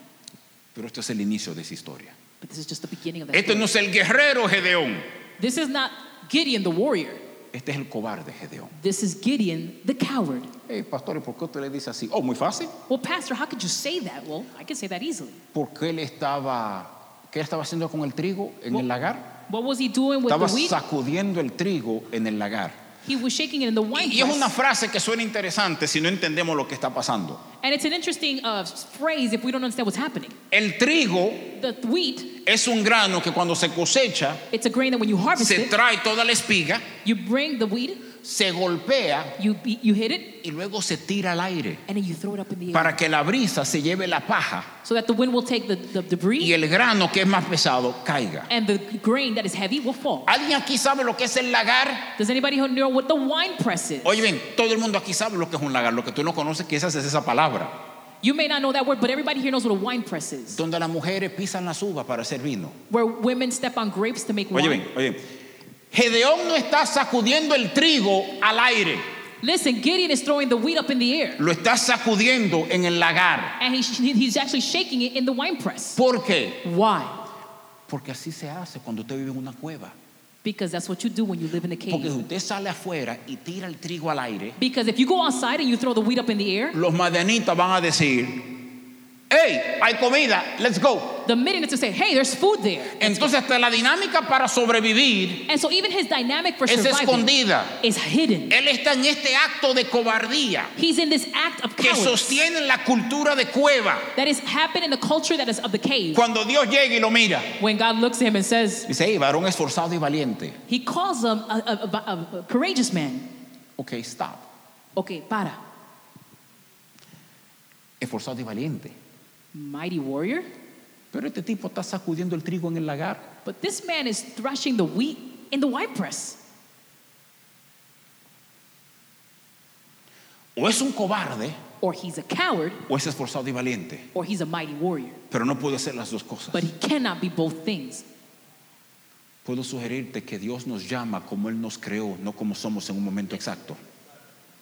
Speaker 3: Pero esto es el inicio de esa historia.
Speaker 2: But this is just the beginning of that.
Speaker 3: Este
Speaker 2: story.
Speaker 3: no es el guerrero Gedeón.
Speaker 2: This is not Gideon the warrior.
Speaker 3: Este es el cobarde Gedeón.
Speaker 2: This is Gideon the coward.
Speaker 3: Hey, pastor, ¿y por qué usted le dice así? Oh, muy fácil.
Speaker 2: Well, Pastor, how could you say that? Well, I can say that easily.
Speaker 3: Porque él estaba, ¿qué estaba haciendo con el trigo en el lagar?
Speaker 2: What was he doing with
Speaker 3: Estaba
Speaker 2: the wheat?
Speaker 3: sacudiendo el trigo en el lagar.
Speaker 2: He was shaking it in the wine
Speaker 3: Y es
Speaker 2: press.
Speaker 3: una frase que suena interesante si no entendemos lo que está pasando.
Speaker 2: And it's an interesting uh, phrase if we don't understand what's happening.
Speaker 3: El trigo
Speaker 2: The wheat,
Speaker 3: es un grano que cuando se cosecha,
Speaker 2: it's a grain that when you harvest
Speaker 3: se
Speaker 2: it,
Speaker 3: trae toda la espiga,
Speaker 2: you bring the wheat,
Speaker 3: se golpea
Speaker 2: you, you hit it,
Speaker 3: y luego se tira al aire
Speaker 2: and then you throw it up in the air
Speaker 3: para que la brisa se lleve la paja
Speaker 2: so that the wind will take the, the
Speaker 3: y
Speaker 2: debris
Speaker 3: el grano que es más pesado caiga.
Speaker 2: and the grain that is heavy will fall.
Speaker 3: ¿Alguien aquí sabe lo que es el lagar?
Speaker 2: Does anybody who know what the wine press is?
Speaker 3: Oye bien, todo el mundo aquí sabe lo que es un lagar. Lo que tú no conoces quizás es esa palabra.
Speaker 2: You may not know that word, but everybody here knows what a wine press is,
Speaker 3: Donde las mujeres pisan las uvas para hacer vino.
Speaker 2: where women step on grapes to make wine.
Speaker 3: Oye bien, oye bien. Gedeón no está sacudiendo el trigo al aire.
Speaker 2: Listen, Gideon is throwing the wheat up in the air,
Speaker 3: Lo está sacudiendo en el lagar.
Speaker 2: and he, he's actually shaking it in the wine press.
Speaker 3: ¿Por qué?
Speaker 2: Why?
Speaker 3: Porque así se hace cuando usted vive en una cueva.
Speaker 2: Because that's what you do when you live in a
Speaker 3: Porque si
Speaker 2: cave.
Speaker 3: usted sale afuera y tira el trigo al aire,
Speaker 2: Because if you go outside and you throw the wheat up in the air,
Speaker 3: los madianitas van a decir, hey, hay comida, let's go.
Speaker 2: the minute to say, hey, there's food there.
Speaker 3: Entonces hasta la dinámica para sobrevivir
Speaker 2: And so even his dynamic for
Speaker 3: es
Speaker 2: surviving
Speaker 3: escondida.
Speaker 2: is hidden.
Speaker 3: Él está en este acto de cobardía
Speaker 2: He's in this act of
Speaker 3: que
Speaker 2: cowardice
Speaker 3: sostiene la cultura de cueva.
Speaker 2: that is happening in the culture that is of the cave.
Speaker 3: Cuando Dios llega y lo mira,
Speaker 2: When God looks at him and says,
Speaker 3: dice, hey, varón esforzado y valiente.
Speaker 2: He calls him a, a- a- a courageous man.
Speaker 3: Ok, stop.
Speaker 2: Okay, para.
Speaker 3: Esforzado y valiente.
Speaker 2: Mighty warrior.
Speaker 3: Pero este tipo está sacudiendo el trigo en el lagar.
Speaker 2: But this man is threshing the wheat in the wine press.
Speaker 3: O es un cobarde
Speaker 2: Or he's a coward,
Speaker 3: o es esforzado y valiente.
Speaker 2: or he's a mighty warrior.
Speaker 3: Pero no puede hacer las dos cosas.
Speaker 2: But he cannot be both things.
Speaker 3: Puedo sugerirte que Dios nos llama como Él nos creó, no como somos en un momento exacto.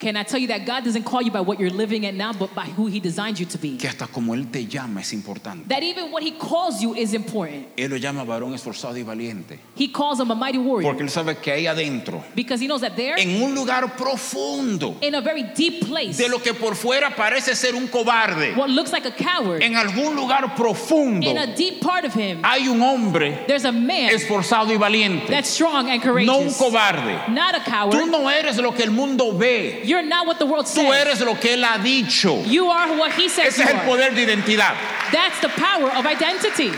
Speaker 2: Can I tell you that God doesn't call you by what you're living at now, but by who he designed you to be?
Speaker 3: Que hasta como Él te llama es importante.
Speaker 2: That even what he calls you is important.
Speaker 3: Él lo llama varón esforzado y valiente.
Speaker 2: He calls him a mighty warrior
Speaker 3: Porque Él sabe que ahí adentro,
Speaker 2: because he knows that there,
Speaker 3: en un lugar profundo,
Speaker 2: in a very deep place,
Speaker 3: de lo que por fuera parece ser un cobarde,
Speaker 2: what looks like a coward,
Speaker 3: en algún lugar profundo
Speaker 2: in a deep part of him,
Speaker 3: hay un hombre
Speaker 2: there's a man
Speaker 3: esforzado y valiente,
Speaker 2: that's strong and
Speaker 3: no un
Speaker 2: courageous.
Speaker 3: cobarde.
Speaker 2: Not a
Speaker 3: Tú
Speaker 2: coward.
Speaker 3: no eres lo que el mundo ve,
Speaker 2: You're not what the world
Speaker 3: tú
Speaker 2: says.
Speaker 3: eres lo que Él ha dicho.
Speaker 2: You are what he says
Speaker 3: Ese
Speaker 2: you
Speaker 3: es el
Speaker 2: are.
Speaker 3: poder de identidad.
Speaker 2: That's the power of identity.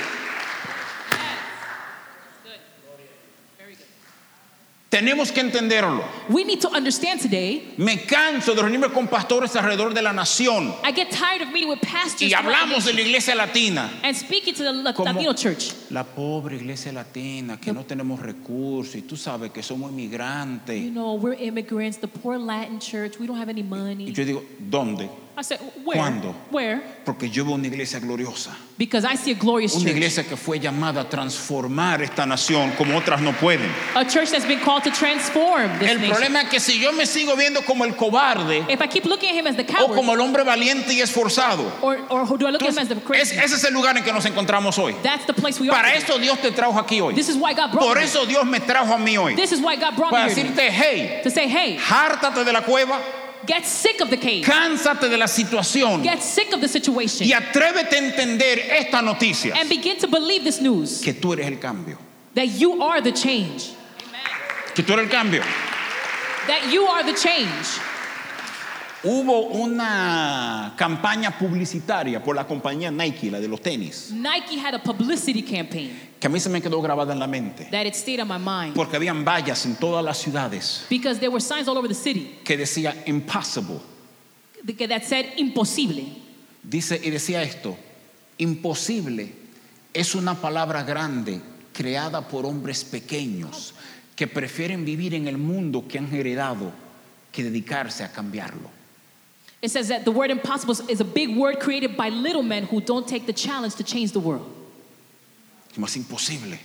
Speaker 3: Tenemos que entenderlo.
Speaker 2: We need to understand today.
Speaker 3: Me canso de reunirme con pastores alrededor de la nación
Speaker 2: I get tired of meeting with pastors
Speaker 3: y hablamos de la iglesia latina.
Speaker 2: and speaking to the
Speaker 3: Como-
Speaker 2: Latino church.
Speaker 3: La pobre iglesia latina, que no tenemos recursos y tú sabes que somos
Speaker 2: You
Speaker 3: inmigrantes.
Speaker 2: know, we're immigrants, the poor Latin church. We don't have any
Speaker 3: Y
Speaker 2: money.
Speaker 3: yo digo, ¿dónde?
Speaker 2: I said, where?
Speaker 3: ¿Cuándo?
Speaker 2: Where?
Speaker 3: Porque yo veo una iglesia gloriosa,
Speaker 2: Because I see a glorious
Speaker 3: una
Speaker 2: church.
Speaker 3: iglesia que fue llamada a transformar esta nación como otras no pueden.
Speaker 2: A church that's been called to transform this
Speaker 3: El
Speaker 2: nation.
Speaker 3: problema es que si yo me sigo viendo como el cobarde
Speaker 2: If I keep looking at him as the
Speaker 3: o
Speaker 2: coward,
Speaker 3: como el hombre valiente y esforzado,
Speaker 2: or, or who do I look at him as the
Speaker 3: entonces, es-
Speaker 2: crazy?
Speaker 3: ese es el lugar en que nos encontramos hoy.
Speaker 2: That's the place we are.
Speaker 3: Para
Speaker 2: today.
Speaker 3: eso Dios te trajo aquí hoy.
Speaker 2: This is why God brought
Speaker 3: Por
Speaker 2: me.
Speaker 3: eso Dios me trajo a mí hoy.
Speaker 2: This is why God brought
Speaker 3: para
Speaker 2: me here
Speaker 3: decirte, hey,
Speaker 2: today. to say, hey,
Speaker 3: hártate de la cueva,
Speaker 2: get sick of the cave.
Speaker 3: cánsate de la situación
Speaker 2: Get sick of the situation
Speaker 3: y atrévete a entender esta noticia,
Speaker 2: and begin to believe this news
Speaker 3: que tú eres el cambio,
Speaker 2: that you are the change.
Speaker 3: que tú eres el cambio.
Speaker 2: That you are the change.
Speaker 3: Hubo una campaña publicitaria por la compañía Nike, la de los tenis,
Speaker 2: Nike had a publicity campaign
Speaker 3: que a mí se me quedó grabada en la mente,
Speaker 2: that it stayed on my mind
Speaker 3: porque habían vallas en todas las ciudades
Speaker 2: because there were signs all over the city
Speaker 3: que decía impossible,
Speaker 2: that said imposible.
Speaker 3: dice y decía esto, imposible es una palabra grande creada por hombres pequeños que prefieren vivir en el mundo que han heredado que dedicarse a cambiarlo.
Speaker 2: It says that the word impossible is a big word created by little men who don't take the challenge to change the world.
Speaker 3: Como Es imposible.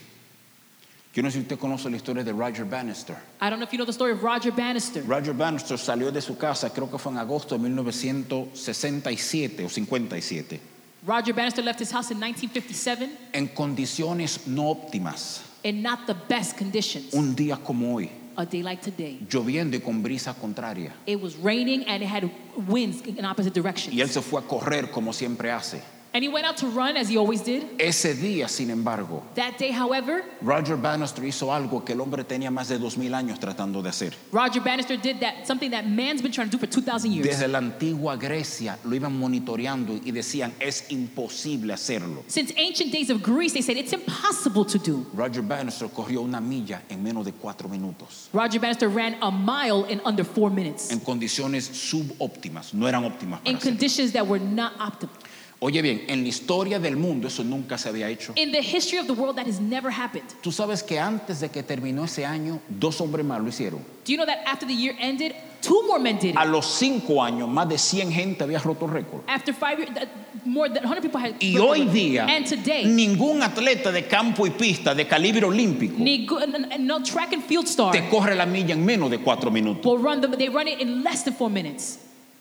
Speaker 3: Yo no sé si usted conoce la historia de Roger Bannister.
Speaker 2: I don't know if you know the story of Roger Bannister.
Speaker 3: Roger Bannister salió de su casa, creo que fue en agosto de 1967 o 57,
Speaker 2: Roger Bannister left his house in 1957
Speaker 3: en condiciones no óptimas.
Speaker 2: in not the best conditions.
Speaker 3: Un día como hoy,
Speaker 2: A day like today.
Speaker 3: lloviendo y con brisa contraria.
Speaker 2: It was raining and it had winds in opposite directions.
Speaker 3: Y él se fue a correr como siempre hace.
Speaker 2: And he went out to run as he always did.
Speaker 3: Ese día, sin embargo,
Speaker 2: That day, however,
Speaker 3: Roger Bannister hizo algo que el hombre tenía más de dos mil años tratando de hacer.
Speaker 2: Roger Bannister did that something that man's been trying to do for 2,000 years.
Speaker 3: Desde la antigua Grecia lo iban monitoreando y decían, es imposible hacerlo.
Speaker 2: Since ancient days of Greece, they said it's impossible to do.
Speaker 3: Roger Bannister corrió una milla en menos de cuatro minutos,
Speaker 2: Roger Bannister ran a mile in under four minutes
Speaker 3: en condiciones subóptimas, no eran óptimas. para
Speaker 2: in
Speaker 3: hacerlo.
Speaker 2: conditions that were not optimal.
Speaker 3: Oye bien, en la historia del mundo eso nunca se había hecho.
Speaker 2: In the history of the world, that has never happened.
Speaker 3: Tú sabes que antes de que terminó ese año, dos hombres más lo hicieron.
Speaker 2: Do you know that after the year ended, two more men did
Speaker 3: A
Speaker 2: it?
Speaker 3: los cinco años, más de 100 gente había roto récord.
Speaker 2: After five years, that- more than 100 people had.
Speaker 3: Y hoy día,
Speaker 2: and today,
Speaker 3: ningún atleta de campo y pista de calibre olímpico
Speaker 2: ni go- n- n- no track and field star
Speaker 3: te corre la milla en menos de cuatro minutos.
Speaker 2: will run them. They run it in less than four minutes.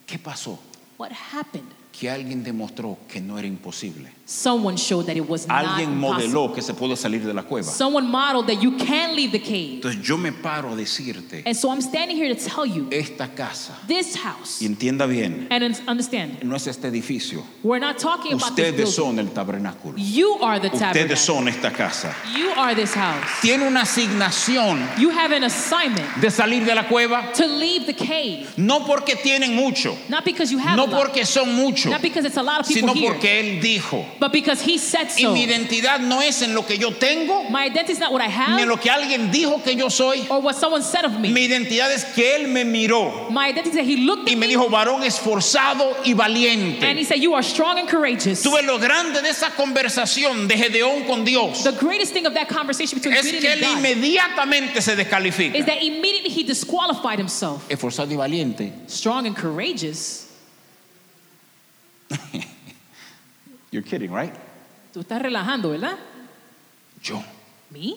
Speaker 3: ¿Qué pasó?
Speaker 2: What happened?
Speaker 3: Que alguien demostró que no era imposible.
Speaker 2: Someone showed that it was not
Speaker 3: Alguien
Speaker 2: possible.
Speaker 3: modeló que se puede salir de la cueva.
Speaker 2: Someone modeled that you can leave the cave.
Speaker 3: Entonces yo me paro a decirte,
Speaker 2: And so I'm standing here to tell you,
Speaker 3: esta casa,
Speaker 2: this house.
Speaker 3: y entienda bien,
Speaker 2: And un- understand,
Speaker 3: no es este edificio.
Speaker 2: we're not talking about this
Speaker 3: Ustedes
Speaker 2: building.
Speaker 3: son el tabernáculo.
Speaker 2: You are the
Speaker 3: Ustedes
Speaker 2: tabernacle.
Speaker 3: son esta casa.
Speaker 2: You are this house.
Speaker 3: Tiene una asignación
Speaker 2: You have an assignment
Speaker 3: de salir de la cueva,
Speaker 2: to leave the cave,
Speaker 3: no porque tienen mucho,
Speaker 2: not because you have a
Speaker 3: no
Speaker 2: lot,
Speaker 3: porque son muchos,
Speaker 2: not because it's a lot of people
Speaker 3: sino
Speaker 2: here,
Speaker 3: porque Él dijo.
Speaker 2: but because He said
Speaker 3: Y
Speaker 2: so.
Speaker 3: mi identidad no es en lo que yo tengo,
Speaker 2: My identity is not what I
Speaker 3: ni en
Speaker 2: have
Speaker 3: lo que alguien dijo que yo soy.
Speaker 2: or what someone said of me.
Speaker 3: Mi identidad es que Él me miró
Speaker 2: My identity is that He looked
Speaker 3: y
Speaker 2: at
Speaker 3: me
Speaker 2: me
Speaker 3: dijo, varón esforzado y
Speaker 2: and He
Speaker 3: valiente.
Speaker 2: said, "You are strong and courageous."
Speaker 3: Tuve lo grande de esa conversación de Gedeón con Dios.
Speaker 2: the greatest thing of that conversation between
Speaker 3: Es
Speaker 2: Gideon
Speaker 3: que
Speaker 2: and
Speaker 3: Él
Speaker 2: God
Speaker 3: inmediatamente se
Speaker 2: is
Speaker 3: descalifica.
Speaker 2: that immediately he disqualified himself.
Speaker 3: Esforzado y valiente.
Speaker 2: Strong and courageous.
Speaker 3: You're kidding, right?
Speaker 2: Tú estás relajando, ¿verdad?
Speaker 3: Yo.
Speaker 2: Me?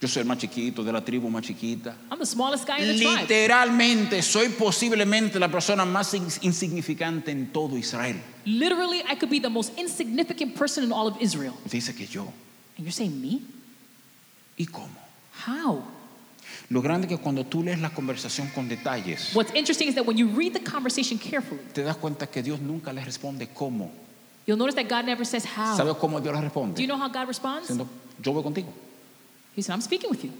Speaker 3: Yo soy el más chiquito, de la tribu más chiquita.
Speaker 2: I'm the smallest guy in the tribe.
Speaker 3: Literalmente soy posiblemente la persona más ins- insignificante en todo Israel.
Speaker 2: Literally, I could be the most insignificant person in all of Israel.
Speaker 3: Dice que yo.
Speaker 2: And you're saying me?
Speaker 3: ¿Y cómo?
Speaker 2: How?
Speaker 3: Lo grande que cuando tú lees la conversación con detalles,
Speaker 2: What's interesting is that when you read the conversation carefully,
Speaker 3: te das cuenta que Dios nunca les responde cómo.
Speaker 2: you'll notice that God never says how.
Speaker 3: ¿Sabes cómo Dios les
Speaker 2: Do you
Speaker 3: responde?
Speaker 2: know how God responds?
Speaker 3: Diciendo, yo voy contigo.
Speaker 2: He said, I'm speaking with you.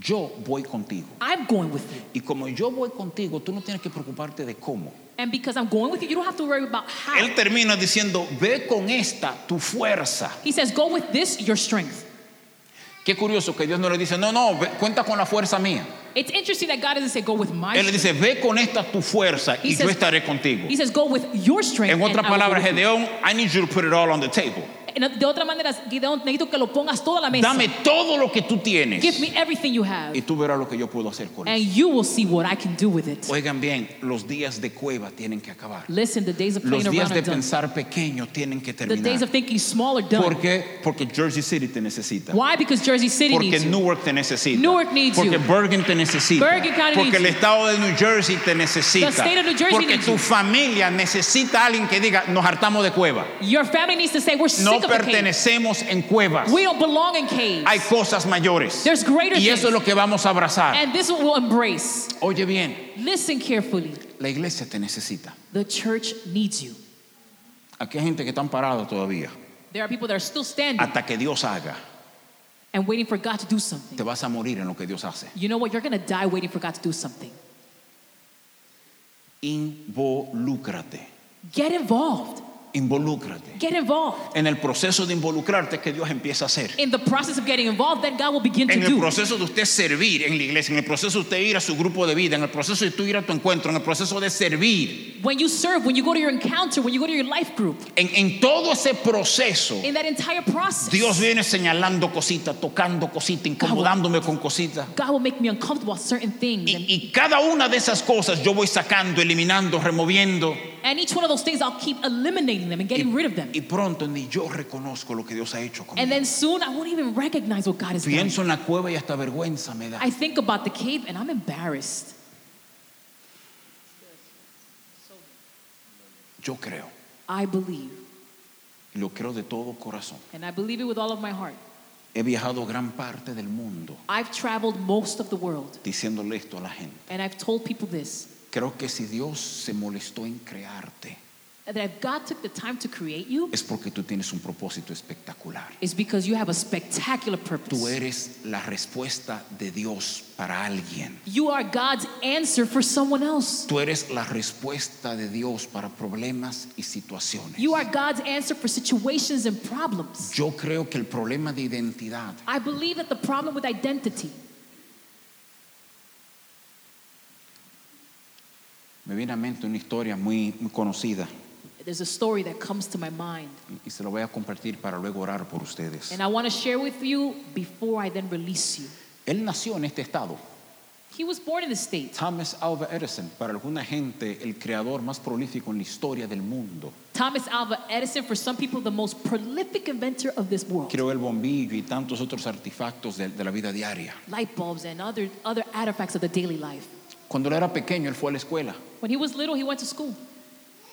Speaker 3: Yo voy contigo.
Speaker 2: I'm going with you.
Speaker 3: Y como yo voy contigo, tú no tienes que preocuparte de cómo.
Speaker 2: And because I'm going with you, you don't have to worry about how.
Speaker 3: Él termina diciendo, ve con esta tu fuerza.
Speaker 2: He says, go with this, your strength.
Speaker 3: Qué curioso que Dios no le dice, no, no, ve- cuenta con la fuerza mía.
Speaker 2: It's interesting that God doesn't say, go with my
Speaker 3: Él le
Speaker 2: strength.
Speaker 3: dice, ve con esta tu fuerza y
Speaker 2: He
Speaker 3: yo
Speaker 2: says-
Speaker 3: estaré contigo.
Speaker 2: He says, go with your strength.
Speaker 3: En otras
Speaker 2: and I will go
Speaker 3: palabras,
Speaker 2: with you."
Speaker 3: Gedeón, I need you to put it all on the table.
Speaker 2: En- De otra manera, Gideon, necesito que lo pongas todo a la mesa.
Speaker 3: Dame todo lo que tú
Speaker 2: Give
Speaker 3: tienes
Speaker 2: me everything you have,
Speaker 3: y tú verás lo que yo puedo hacer con
Speaker 2: and
Speaker 3: eso.
Speaker 2: you will see what I can do with it.
Speaker 3: Oigan bien, los días de cueva tienen que acabar.
Speaker 2: Listen, the days of
Speaker 3: Los
Speaker 2: playing
Speaker 3: días
Speaker 2: around
Speaker 3: de
Speaker 2: are done.
Speaker 3: pensar pequeño tienen que
Speaker 2: The days
Speaker 3: terminar.
Speaker 2: of thinking small are done.
Speaker 3: ¿Por qué? Porque Jersey City te necesita.
Speaker 2: Why? Because Jersey City
Speaker 3: Porque
Speaker 2: needs you.
Speaker 3: Newark te necesita.
Speaker 2: Newark needs
Speaker 3: porque
Speaker 2: you.
Speaker 3: Bergen te necesita.
Speaker 2: Bergen County needs
Speaker 3: porque el
Speaker 2: you.
Speaker 3: estado de New Jersey te necesita.
Speaker 2: The state of New Jersey
Speaker 3: porque
Speaker 2: needs
Speaker 3: tu
Speaker 2: you.
Speaker 3: familia necesita a alguien que diga, nos hartamos de cueva.
Speaker 2: Your family needs to say, we're
Speaker 3: No
Speaker 2: sick of the cave.
Speaker 3: pertenecemos en cuevas.
Speaker 2: We don't belong in caves.
Speaker 3: Hay cosas mayores.
Speaker 2: There's greater
Speaker 3: Y eso es
Speaker 2: things.
Speaker 3: lo que vamos a abrazar.
Speaker 2: And this is what we'll embrace.
Speaker 3: Oye bien,
Speaker 2: Listen carefully.
Speaker 3: la iglesia te necesita.
Speaker 2: The church needs you.
Speaker 3: Aquí hay gente que están parados todavía.
Speaker 2: There are people that are still standing
Speaker 3: Hasta que Dios haga,
Speaker 2: and waiting for God to do
Speaker 3: te
Speaker 2: something.
Speaker 3: vas a morir en lo que Dios hace.
Speaker 2: You know what? You're going to die waiting for God to do something.
Speaker 3: Involúcrate.
Speaker 2: Get involved.
Speaker 3: Involúcrate.
Speaker 2: Get involved.
Speaker 3: En el proceso de involucrarte es que Dios empieza a hacer.
Speaker 2: In the process of getting involved, then God will begin to
Speaker 3: En el
Speaker 2: do.
Speaker 3: proceso de usted servir en la iglesia, en el proceso de usted ir a su grupo de vida, en el proceso de tú ir a tu encuentro, en el proceso de servir,
Speaker 2: When you serve, when you go to your encounter, when you go to your life group,
Speaker 3: en, en todo ese proceso,
Speaker 2: in that entire process,
Speaker 3: Dios viene señalando cositas, tocando cositas, incomodándome con cositas.
Speaker 2: God will make me uncomfortable with certain things.
Speaker 3: Y,
Speaker 2: And,
Speaker 3: y cada una de esas cosas yo voy sacando, eliminando, removiendo.
Speaker 2: and each one of those things, I'll keep eliminating them and
Speaker 3: Y,
Speaker 2: getting rid of them.
Speaker 3: y pronto ni yo reconozco lo que Dios ha hecho
Speaker 2: And
Speaker 3: conmigo.
Speaker 2: then soon, I won't even recognize what God has done.
Speaker 3: Pienso en la cueva y hasta vergüenza me da.
Speaker 2: I think about the cave and I'm embarrassed.
Speaker 3: Yo creo,
Speaker 2: I believe,
Speaker 3: y lo creo de todo corazón,
Speaker 2: and I believe it with all of my heart,
Speaker 3: He viajado gran parte del mundo
Speaker 2: I've traveled most of the world,
Speaker 3: diciéndole esto a la gente.
Speaker 2: and I've told people this
Speaker 3: Creo que si Dios se molestó en crearte,
Speaker 2: that if God took the time to create you,
Speaker 3: es porque tú tienes un propósito espectacular.
Speaker 2: it's because you have a spectacular
Speaker 3: Tú
Speaker 2: purpose.
Speaker 3: eres la respuesta de Dios para alguien.
Speaker 2: You are God's answer for someone else.
Speaker 3: Tú eres la respuesta de Dios para problemas y situaciones.
Speaker 2: You are God's answer for situations and problems.
Speaker 3: Yo creo que el problema de identidad
Speaker 2: I believe that the problem with identity,
Speaker 3: me viene a mente una historia muy, muy conocida
Speaker 2: there's a story that comes to my mind,
Speaker 3: y se la voy a compartir para luego orar por ustedes.
Speaker 2: and I want to share with you before I then release you.
Speaker 3: Él nació en este estado.
Speaker 2: He was born in the States.
Speaker 3: Thomas Alva Edison, para alguna gente el creador más prolífico en la historia del mundo.
Speaker 2: Thomas Alva Edison, for some people, the most prolific inventor of this world.
Speaker 3: Creó el bombillo y tantos otros artefactos de, de la vida diaria.
Speaker 2: Light bulbs and other, other artifacts of the daily life.
Speaker 3: Cuando él era pequeño, él fue a la escuela.
Speaker 2: When he was little, he went to school.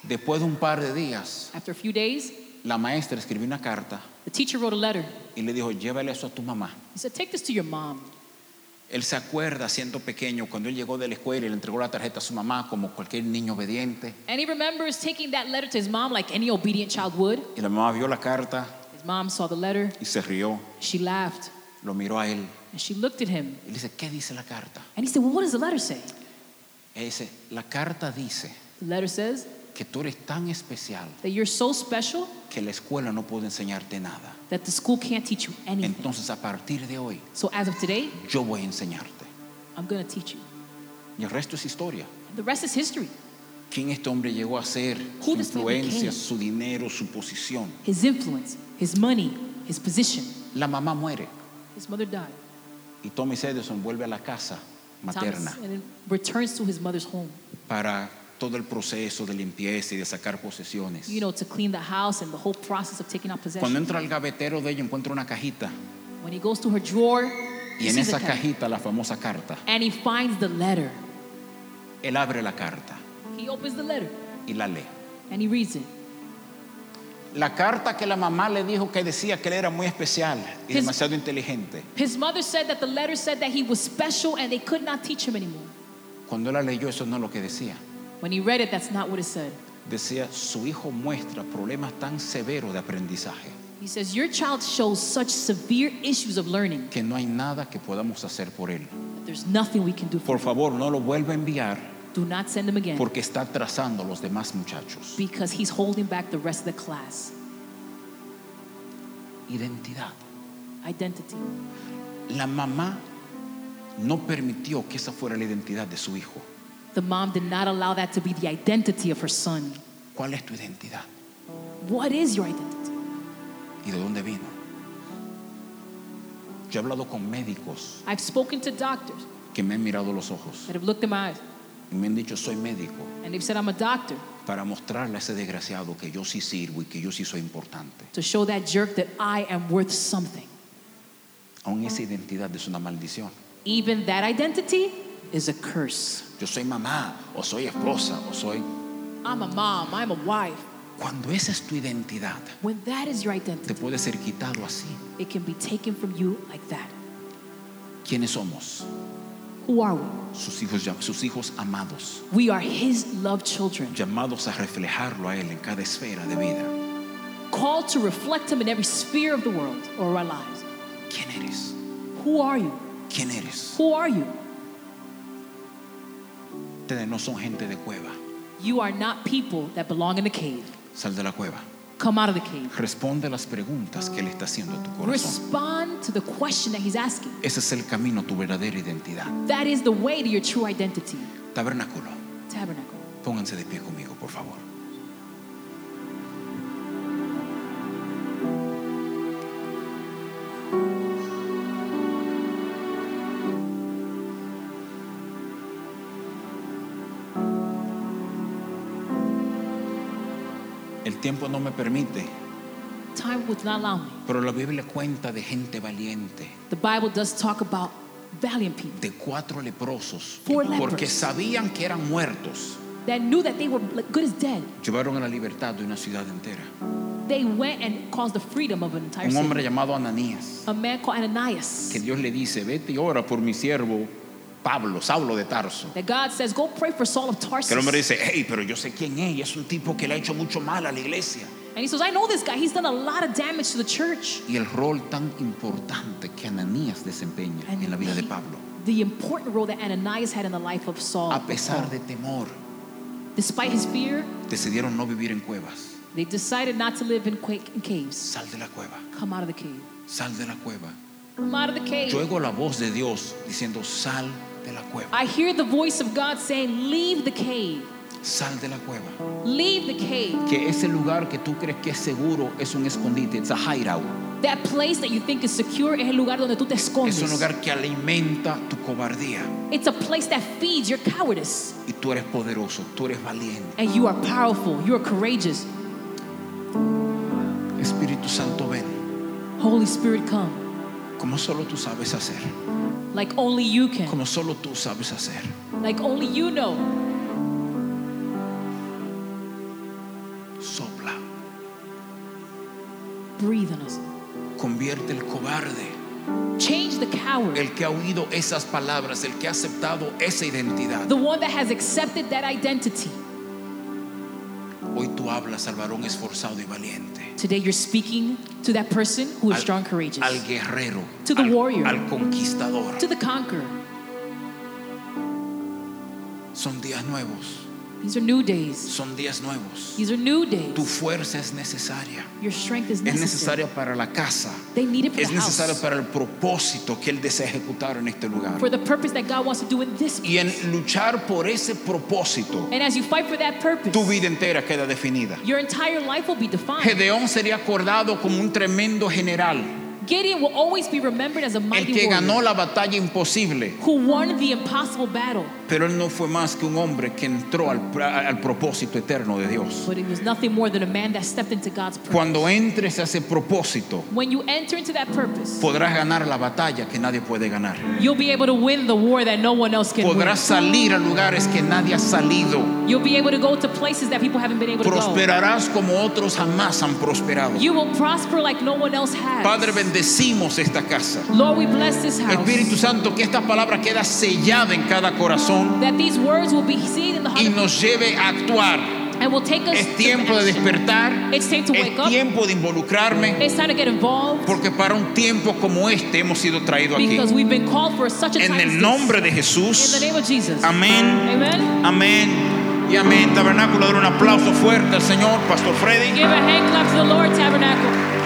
Speaker 3: Después de un par de días,
Speaker 2: After a few days,
Speaker 3: la maestra escribió una carta
Speaker 2: the teacher wrote a letter.
Speaker 3: y le dijo, llévale eso a tu mamá.
Speaker 2: He said, Take this to your mom.
Speaker 3: Él se acuerda siendo pequeño cuando él llegó de la escuela y le entregó la tarjeta a su mamá como cualquier niño obediente.
Speaker 2: And he remembers taking that letter to his mom like any obedient child would.
Speaker 3: Y la mamá vio la carta
Speaker 2: His mom saw the letter.
Speaker 3: y se rió,
Speaker 2: She laughed
Speaker 3: lo miró a él
Speaker 2: and she looked at him.
Speaker 3: y le dice, ¿qué dice la carta?
Speaker 2: And he said, Well, what does the letter say?
Speaker 3: Él dice, la carta dice
Speaker 2: The letter says
Speaker 3: que tú eres tan especial
Speaker 2: that you're so special
Speaker 3: que la escuela no puede enseñarte nada.
Speaker 2: that the school can't teach you anything.
Speaker 3: Entonces a partir de hoy
Speaker 2: So as of today,
Speaker 3: yo voy a enseñarte.
Speaker 2: I'm going to teach you.
Speaker 3: Y el resto es historia.
Speaker 2: And the rest is history.
Speaker 3: ¿Quién este hombre llegó a ser? Su
Speaker 2: Who this man
Speaker 3: influencia,
Speaker 2: became?
Speaker 3: su dinero, su posición.
Speaker 2: His influence, his money, his position.
Speaker 3: La mamá muere
Speaker 2: His mother died.
Speaker 3: y Thomas Edison vuelve a la casa materna.
Speaker 2: Thomas, and then returns to his mother's home,
Speaker 3: para todo el proceso de limpieza y de sacar posesiones.
Speaker 2: you know, to clean the house and the whole process of taking out
Speaker 3: Cuando
Speaker 2: possession.
Speaker 3: entra al gavetero de ella encuentra una cajita
Speaker 2: When he goes to her drawer,
Speaker 3: y
Speaker 2: he
Speaker 3: en
Speaker 2: sees a
Speaker 3: esa
Speaker 2: pen,
Speaker 3: cajita la famosa carta.
Speaker 2: and he finds the letter.
Speaker 3: Él abre la carta
Speaker 2: He opens the letter
Speaker 3: y la lee.
Speaker 2: and he reads it.
Speaker 3: La carta que la mamá le dijo que decía que él era muy especial y
Speaker 2: His-
Speaker 3: demasiado inteligente.
Speaker 2: His mother said that the letter said that he was special and they could not teach him anymore.
Speaker 3: Cuando él la leyó eso no es lo que decía.
Speaker 2: When he read it, that's not what it said.
Speaker 3: Decía, su hijo muestra problemas tan severos de aprendizaje
Speaker 2: He says, Your child shows such severe issues of learning
Speaker 3: que no hay nada que podamos hacer por él.
Speaker 2: that there's nothing we can do for
Speaker 3: Por favor, no lo vuelva a enviar
Speaker 2: him. Do not send him again
Speaker 3: porque está atrasando a los demás muchachos.
Speaker 2: because he's holding back the rest of the class.
Speaker 3: Identidad.
Speaker 2: Identity.
Speaker 3: La mamá no permitió que esa fuera la identidad de su hijo.
Speaker 2: The mom did not allow that to be the identity of her son.
Speaker 3: ¿Cuál es tu identidad?
Speaker 2: What is your identity?
Speaker 3: ¿Y de dónde vino? Yo he hablado con médicos
Speaker 2: I've spoken to doctors
Speaker 3: que me han mirado los ojos
Speaker 2: that have looked in my eyes
Speaker 3: y me han dicho, soy médico,
Speaker 2: and they've said, I'm a doctor
Speaker 3: para mostrarle a ese desgraciado que yo sí sirvo y que yo sí soy importante.
Speaker 2: to show that jerk that I am worth something.
Speaker 3: Aún esa identidad es una maldición.
Speaker 2: Even that identity is a curse.
Speaker 3: Yo soy mamá, o soy esposa, o soy...
Speaker 2: I'm a mom, I'm a wife.
Speaker 3: Cuando esa es tu identidad,
Speaker 2: When that is your
Speaker 3: te
Speaker 2: identity,
Speaker 3: puede ser quitado así.
Speaker 2: it can be taken from you like that.
Speaker 3: ¿Quiénes somos?
Speaker 2: Who are we?
Speaker 3: Sus hijos, llam- sus hijos amados.
Speaker 2: We are his loved children,
Speaker 3: llamados a reflejarlo a Él en cada esfera de vida.
Speaker 2: called to reflect him in every sphere of the world or our lives.
Speaker 3: ¿Quién eres?
Speaker 2: Who are you?
Speaker 3: ¿Quién eres?
Speaker 2: Who are you?
Speaker 3: Ustedes no son gente de cueva.
Speaker 2: You are not people that belong in the cave.
Speaker 3: Sal de la cueva.
Speaker 2: Come out of the cave.
Speaker 3: Responde a las preguntas que le está haciendo a tu corazón.
Speaker 2: Respond to the question that he's asking.
Speaker 3: Ese es el camino a tu verdadera identidad.
Speaker 2: That is the way to your true identity.
Speaker 3: Tabernáculo,
Speaker 2: Tabernacle.
Speaker 3: pónganse de pie conmigo, por favor. El tiempo no me permite,
Speaker 2: Time would not allow me.
Speaker 3: pero la Biblia cuenta de gente valiente,
Speaker 2: The Bible does talk about valiant people
Speaker 3: de cuatro leprosos,
Speaker 2: Four
Speaker 3: porque
Speaker 2: lepers.
Speaker 3: sabían que eran muertos,
Speaker 2: that knew that they were like, good as dead.
Speaker 3: llevaron a la libertad de una ciudad entera.
Speaker 2: they went and caused the freedom of an entire
Speaker 3: un hombre
Speaker 2: city.
Speaker 3: llamado Ananías,
Speaker 2: A man called Ananias.
Speaker 3: que Dios le dice, vete y ora por mi siervo Pablo, Saulo de Tarso.
Speaker 2: That God says, go pray for Saul of Tarsus.
Speaker 3: Que el hombre dice, hey, pero yo sé quién es, y es un tipo que le ha hecho mucho mal a la iglesia.
Speaker 2: And he says, I know this guy. He's done a lot of damage to the church.
Speaker 3: Y el rol tan importante que Ananías desempeña
Speaker 2: And
Speaker 3: en la vida de
Speaker 2: he-
Speaker 3: Pablo,
Speaker 2: The important role that Ananias had in the life of Saul.
Speaker 3: a pesar de temor,
Speaker 2: Despite his fear,
Speaker 3: decidieron no vivir en cuevas.
Speaker 2: they decided not to live in, quake, in caves.
Speaker 3: Sal de la cueva,
Speaker 2: Come out of the cave.
Speaker 3: sal de la cueva.
Speaker 2: Come out of the cave.
Speaker 3: Yo oigo la voz de Dios diciendo, sal de la cueva,
Speaker 2: I hear the voice of God saying, Leave the cave.
Speaker 3: sal de la cueva.
Speaker 2: Leave the cave.
Speaker 3: Que ese lugar que tú crees que es seguro es un escondite, it's a hideout.
Speaker 2: That place that you think is secure es el lugar donde tú te escondes.
Speaker 3: Es un lugar que alimenta tu cobardía.
Speaker 2: It's a place that feeds your cowardice.
Speaker 3: Y tú eres poderoso, tú eres valiente.
Speaker 2: And you are powerful. You are courageous.
Speaker 3: Espíritu Santo, ven,
Speaker 2: Holy Spirit, come.
Speaker 3: como solo tú sabes hacer,
Speaker 2: Like only you can.
Speaker 3: como solo tú sabes hacer.
Speaker 2: Like only you know.
Speaker 3: Sopla,
Speaker 2: Breathe on us.
Speaker 3: convierte el cobarde,
Speaker 2: Change the coward.
Speaker 3: el que ha oído esas palabras, el que ha aceptado esa identidad.
Speaker 2: the one that has accepted that identity.
Speaker 3: Hoy tú hablas al varón esforzado y valiente,
Speaker 2: Today you're speaking to that person who is
Speaker 3: al,
Speaker 2: strong, courageous.
Speaker 3: al guerrero,
Speaker 2: To the
Speaker 3: al,
Speaker 2: warrior.
Speaker 3: al conquistador.
Speaker 2: to the conqueror.
Speaker 3: Son días nuevos,
Speaker 2: These are new days.
Speaker 3: son días nuevos.
Speaker 2: These are new
Speaker 3: Tu
Speaker 2: days.
Speaker 3: fuerza es necesaria.
Speaker 2: Your strength is
Speaker 3: Es
Speaker 2: necessary.
Speaker 3: necesaria para la casa.
Speaker 2: They need it for
Speaker 3: Es
Speaker 2: the
Speaker 3: necesario
Speaker 2: house.
Speaker 3: para el propósito que Él desea ejecutar en este lugar.
Speaker 2: For the purpose that God wants to do in this
Speaker 3: Y en
Speaker 2: place.
Speaker 3: luchar por ese propósito,
Speaker 2: And as you fight for that purpose,
Speaker 3: tu vida entera queda definida.
Speaker 2: your entire life will be defined.
Speaker 3: Gedeón sería acordado como un tremendo general,
Speaker 2: Gideon will always be remembered as a
Speaker 3: el
Speaker 2: mighty
Speaker 3: que ganó
Speaker 2: warrior
Speaker 3: la batalla imposible,
Speaker 2: who won the impossible battle.
Speaker 3: pero él no fue más que un hombre que entró al, al propósito eterno de Dios.
Speaker 2: But it was nothing more than a man that stepped into God's purpose.
Speaker 3: Cuando entres a ese propósito,
Speaker 2: when you enter into that purpose,
Speaker 3: podrás ganar la batalla que nadie puede ganar.
Speaker 2: you'll be able to win the war that no one else can
Speaker 3: Podrás salir a lugares que nadie ha salido.
Speaker 2: win. You'll be able to go to places that people haven't been able to go.
Speaker 3: Prosperarás como otros jamás han prosperado.
Speaker 2: You will prosper like no one else has.
Speaker 3: Padre, bendecimos esta casa.
Speaker 2: Lord, we bless this house.
Speaker 3: Espíritu Santo, que esta palabra queda sellada en cada corazón
Speaker 2: that these words will be seen in the heart
Speaker 3: y
Speaker 2: of
Speaker 3: nos lleve a actuar.
Speaker 2: and will take us
Speaker 3: Es
Speaker 2: to
Speaker 3: tiempo de
Speaker 2: action.
Speaker 3: despertar,
Speaker 2: It's time to wake
Speaker 3: es
Speaker 2: up.
Speaker 3: tiempo de involucrarme,
Speaker 2: It's time to get involved
Speaker 3: porque para un tiempo como este hemos sido traídos aquí.
Speaker 2: because we've been called for such a time
Speaker 3: En
Speaker 2: as
Speaker 3: el
Speaker 2: this.
Speaker 3: nombre de
Speaker 2: In the
Speaker 3: Jesús.
Speaker 2: name of Jesus.
Speaker 3: Amén,
Speaker 2: Amen.
Speaker 3: amén y amén. Tabernáculo, dar un aplauso fuerte al Señor, Pastor Freddy.
Speaker 2: Give a hand clap to the Lord, Tabernacle.